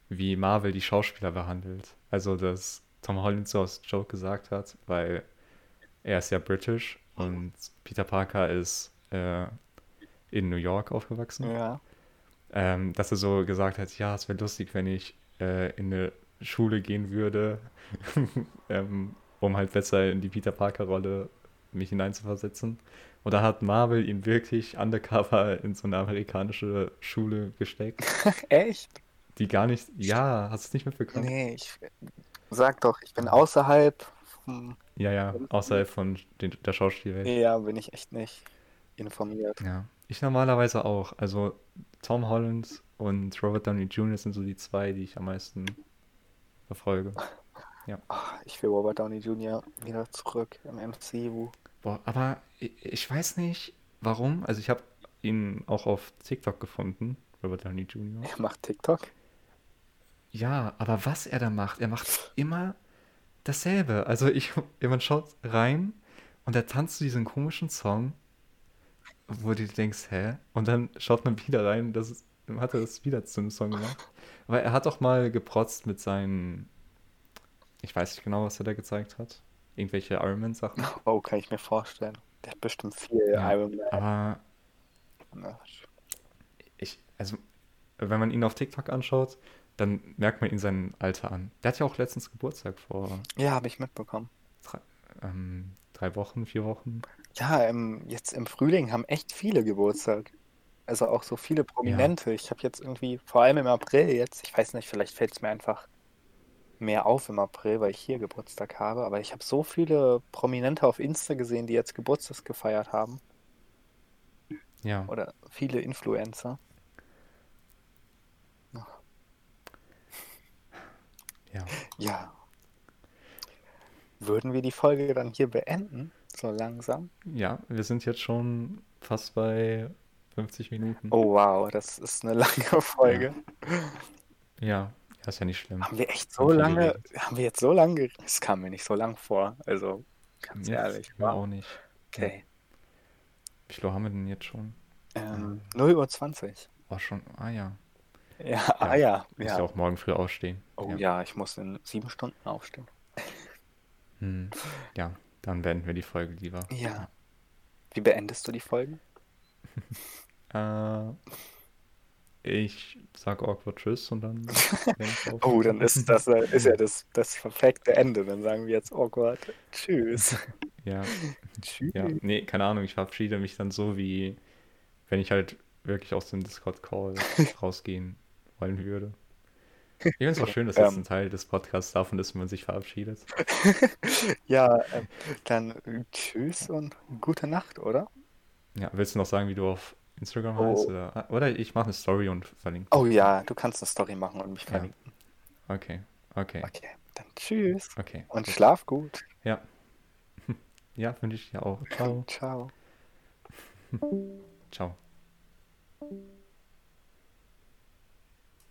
[SPEAKER 1] wie Marvel die Schauspieler behandelt. Also, dass Tom Holland so aus Joke gesagt hat, weil er ist ja britisch und Peter Parker ist äh, in New York aufgewachsen.
[SPEAKER 2] Ja.
[SPEAKER 1] Ähm, dass er so gesagt hat, ja, es wäre lustig, wenn ich äh, in eine Schule gehen würde, ähm, um halt besser in die Peter Parker-Rolle mich hineinzuversetzen. Und da hat Marvel ihn wirklich undercover in so eine amerikanische Schule gesteckt,
[SPEAKER 2] Echt?
[SPEAKER 1] die gar nicht, ja, hast du es nicht mitbekommen?
[SPEAKER 2] Nee, ich sag doch, ich bin außerhalb. Hm,
[SPEAKER 1] Ja, ja, außerhalb von den, der Schauspielwelt.
[SPEAKER 2] ja, bin ich echt nicht informiert.
[SPEAKER 1] Ja, ich normalerweise auch. Also Tom Holland und Robert Downey Jr. sind so die zwei, die ich am meisten verfolge.
[SPEAKER 2] Ach, ich will Robert Downey Jr. wieder zurück im MCU.
[SPEAKER 1] Boah, aber i- ich weiß nicht, warum. Also ich habe ihn auch auf TikTok gefunden, Robert Downey Jr.
[SPEAKER 2] Er macht TikTok.
[SPEAKER 1] Ja, aber was er da macht, er macht immer dasselbe. Also ich, jemand schaut rein und er tanzt zu diesem komischen Song, wo du dir denkst, hä? Und dann schaut man wieder rein, das ist, dann hat er das wieder zu einem Song gemacht. Aber er hat auch mal geprotzt mit seinen, ich weiß nicht genau, was er da gezeigt hat, irgendwelche Iron Man Sachen.
[SPEAKER 2] Oh, kann ich mir vorstellen. Der hat bestimmt viel
[SPEAKER 1] Ja.
[SPEAKER 2] Iron Man.
[SPEAKER 1] Aber ich, also, wenn man ihn auf TikTok anschaut, dann merkt man ihn sein Alter an. Der hat ja auch letztens Geburtstag vor
[SPEAKER 2] Ja, habe ich mitbekommen.
[SPEAKER 1] ähm, drei Wochen, vier Wochen.
[SPEAKER 2] Ja, ähm, jetzt im Frühling haben echt viele Geburtstag. Also auch so viele Prominente. Ich habe jetzt irgendwie, vor allem im April jetzt, ich weiß nicht, vielleicht fällt es mir einfach mehr auf im April, weil ich hier Geburtstag habe, aber ich habe so viele Prominente auf Insta gesehen, die jetzt Geburtstag gefeiert haben.
[SPEAKER 1] Ja.
[SPEAKER 2] Oder viele Influencer.
[SPEAKER 1] ja.
[SPEAKER 2] Ja. Würden wir die Folge dann hier beenden? So langsam?
[SPEAKER 1] Ja, wir sind jetzt schon fast bei 50 Minuten.
[SPEAKER 2] Oh wow, das ist eine lange Folge.
[SPEAKER 1] Ja, ja, ist ja nicht schlimm.
[SPEAKER 2] Haben wir echt
[SPEAKER 1] Haben
[SPEAKER 2] so
[SPEAKER 1] viel
[SPEAKER 2] lange,
[SPEAKER 1] geredet.
[SPEAKER 2] haben wir jetzt so lange geredet? Es kam mir nicht so lang vor. Also, ganz
[SPEAKER 1] Jetzt
[SPEAKER 2] ehrlich.
[SPEAKER 1] mir
[SPEAKER 2] Wow.
[SPEAKER 1] auch nicht.
[SPEAKER 2] Okay.
[SPEAKER 1] Wie viel Uhr haben wir denn jetzt schon?
[SPEAKER 2] Ähm, 0 Uhr 20.
[SPEAKER 1] Oh, schon. Ah ja.
[SPEAKER 2] Ja, ah ja,
[SPEAKER 1] Muss
[SPEAKER 2] ja.
[SPEAKER 1] ja auch morgen früh ausstehen.
[SPEAKER 2] Oh
[SPEAKER 1] ja.
[SPEAKER 2] ja, ich muss in sieben Stunden aufstehen.
[SPEAKER 1] Hm. ja, dann beenden wir die Folge lieber.
[SPEAKER 2] Ja. Wie beendest du die Folgen?
[SPEAKER 1] Äh, ich sag awkward Tschüss und dann. wenn ich auf-
[SPEAKER 2] Oh, dann ist das äh, ist ja das, das perfekte Ende. Dann sagen wir jetzt awkward. Tschüss.
[SPEAKER 1] Ja,
[SPEAKER 2] Tschüss.
[SPEAKER 1] ja. Nee, keine Ahnung, ich verabschiede mich dann so, wie wenn ich halt wirklich aus dem Discord-Call rausgehen wollen würde. Ich finde es auch schön, dass jetzt
[SPEAKER 2] Ähm.
[SPEAKER 1] ein Teil des Podcasts davon ist, wenn man sich verabschiedet.
[SPEAKER 2] Ja, ähm, dann äh, tschüss und gute Nacht, oder?
[SPEAKER 1] Ja, willst du noch sagen, wie du auf Instagram
[SPEAKER 2] Oh.
[SPEAKER 1] heißt? Oder, ah, oder ich mache eine Story und verlinke.
[SPEAKER 2] Oh ja, du kannst eine Story machen und mich
[SPEAKER 1] Ja.
[SPEAKER 2] verlinken.
[SPEAKER 1] Okay, okay,
[SPEAKER 2] Okay, dann tschüss
[SPEAKER 1] okay.
[SPEAKER 2] und schlaf gut.
[SPEAKER 1] Ja. Ja, wünsche ich dir auch. Ciao.
[SPEAKER 2] Ciao.
[SPEAKER 1] Ciao.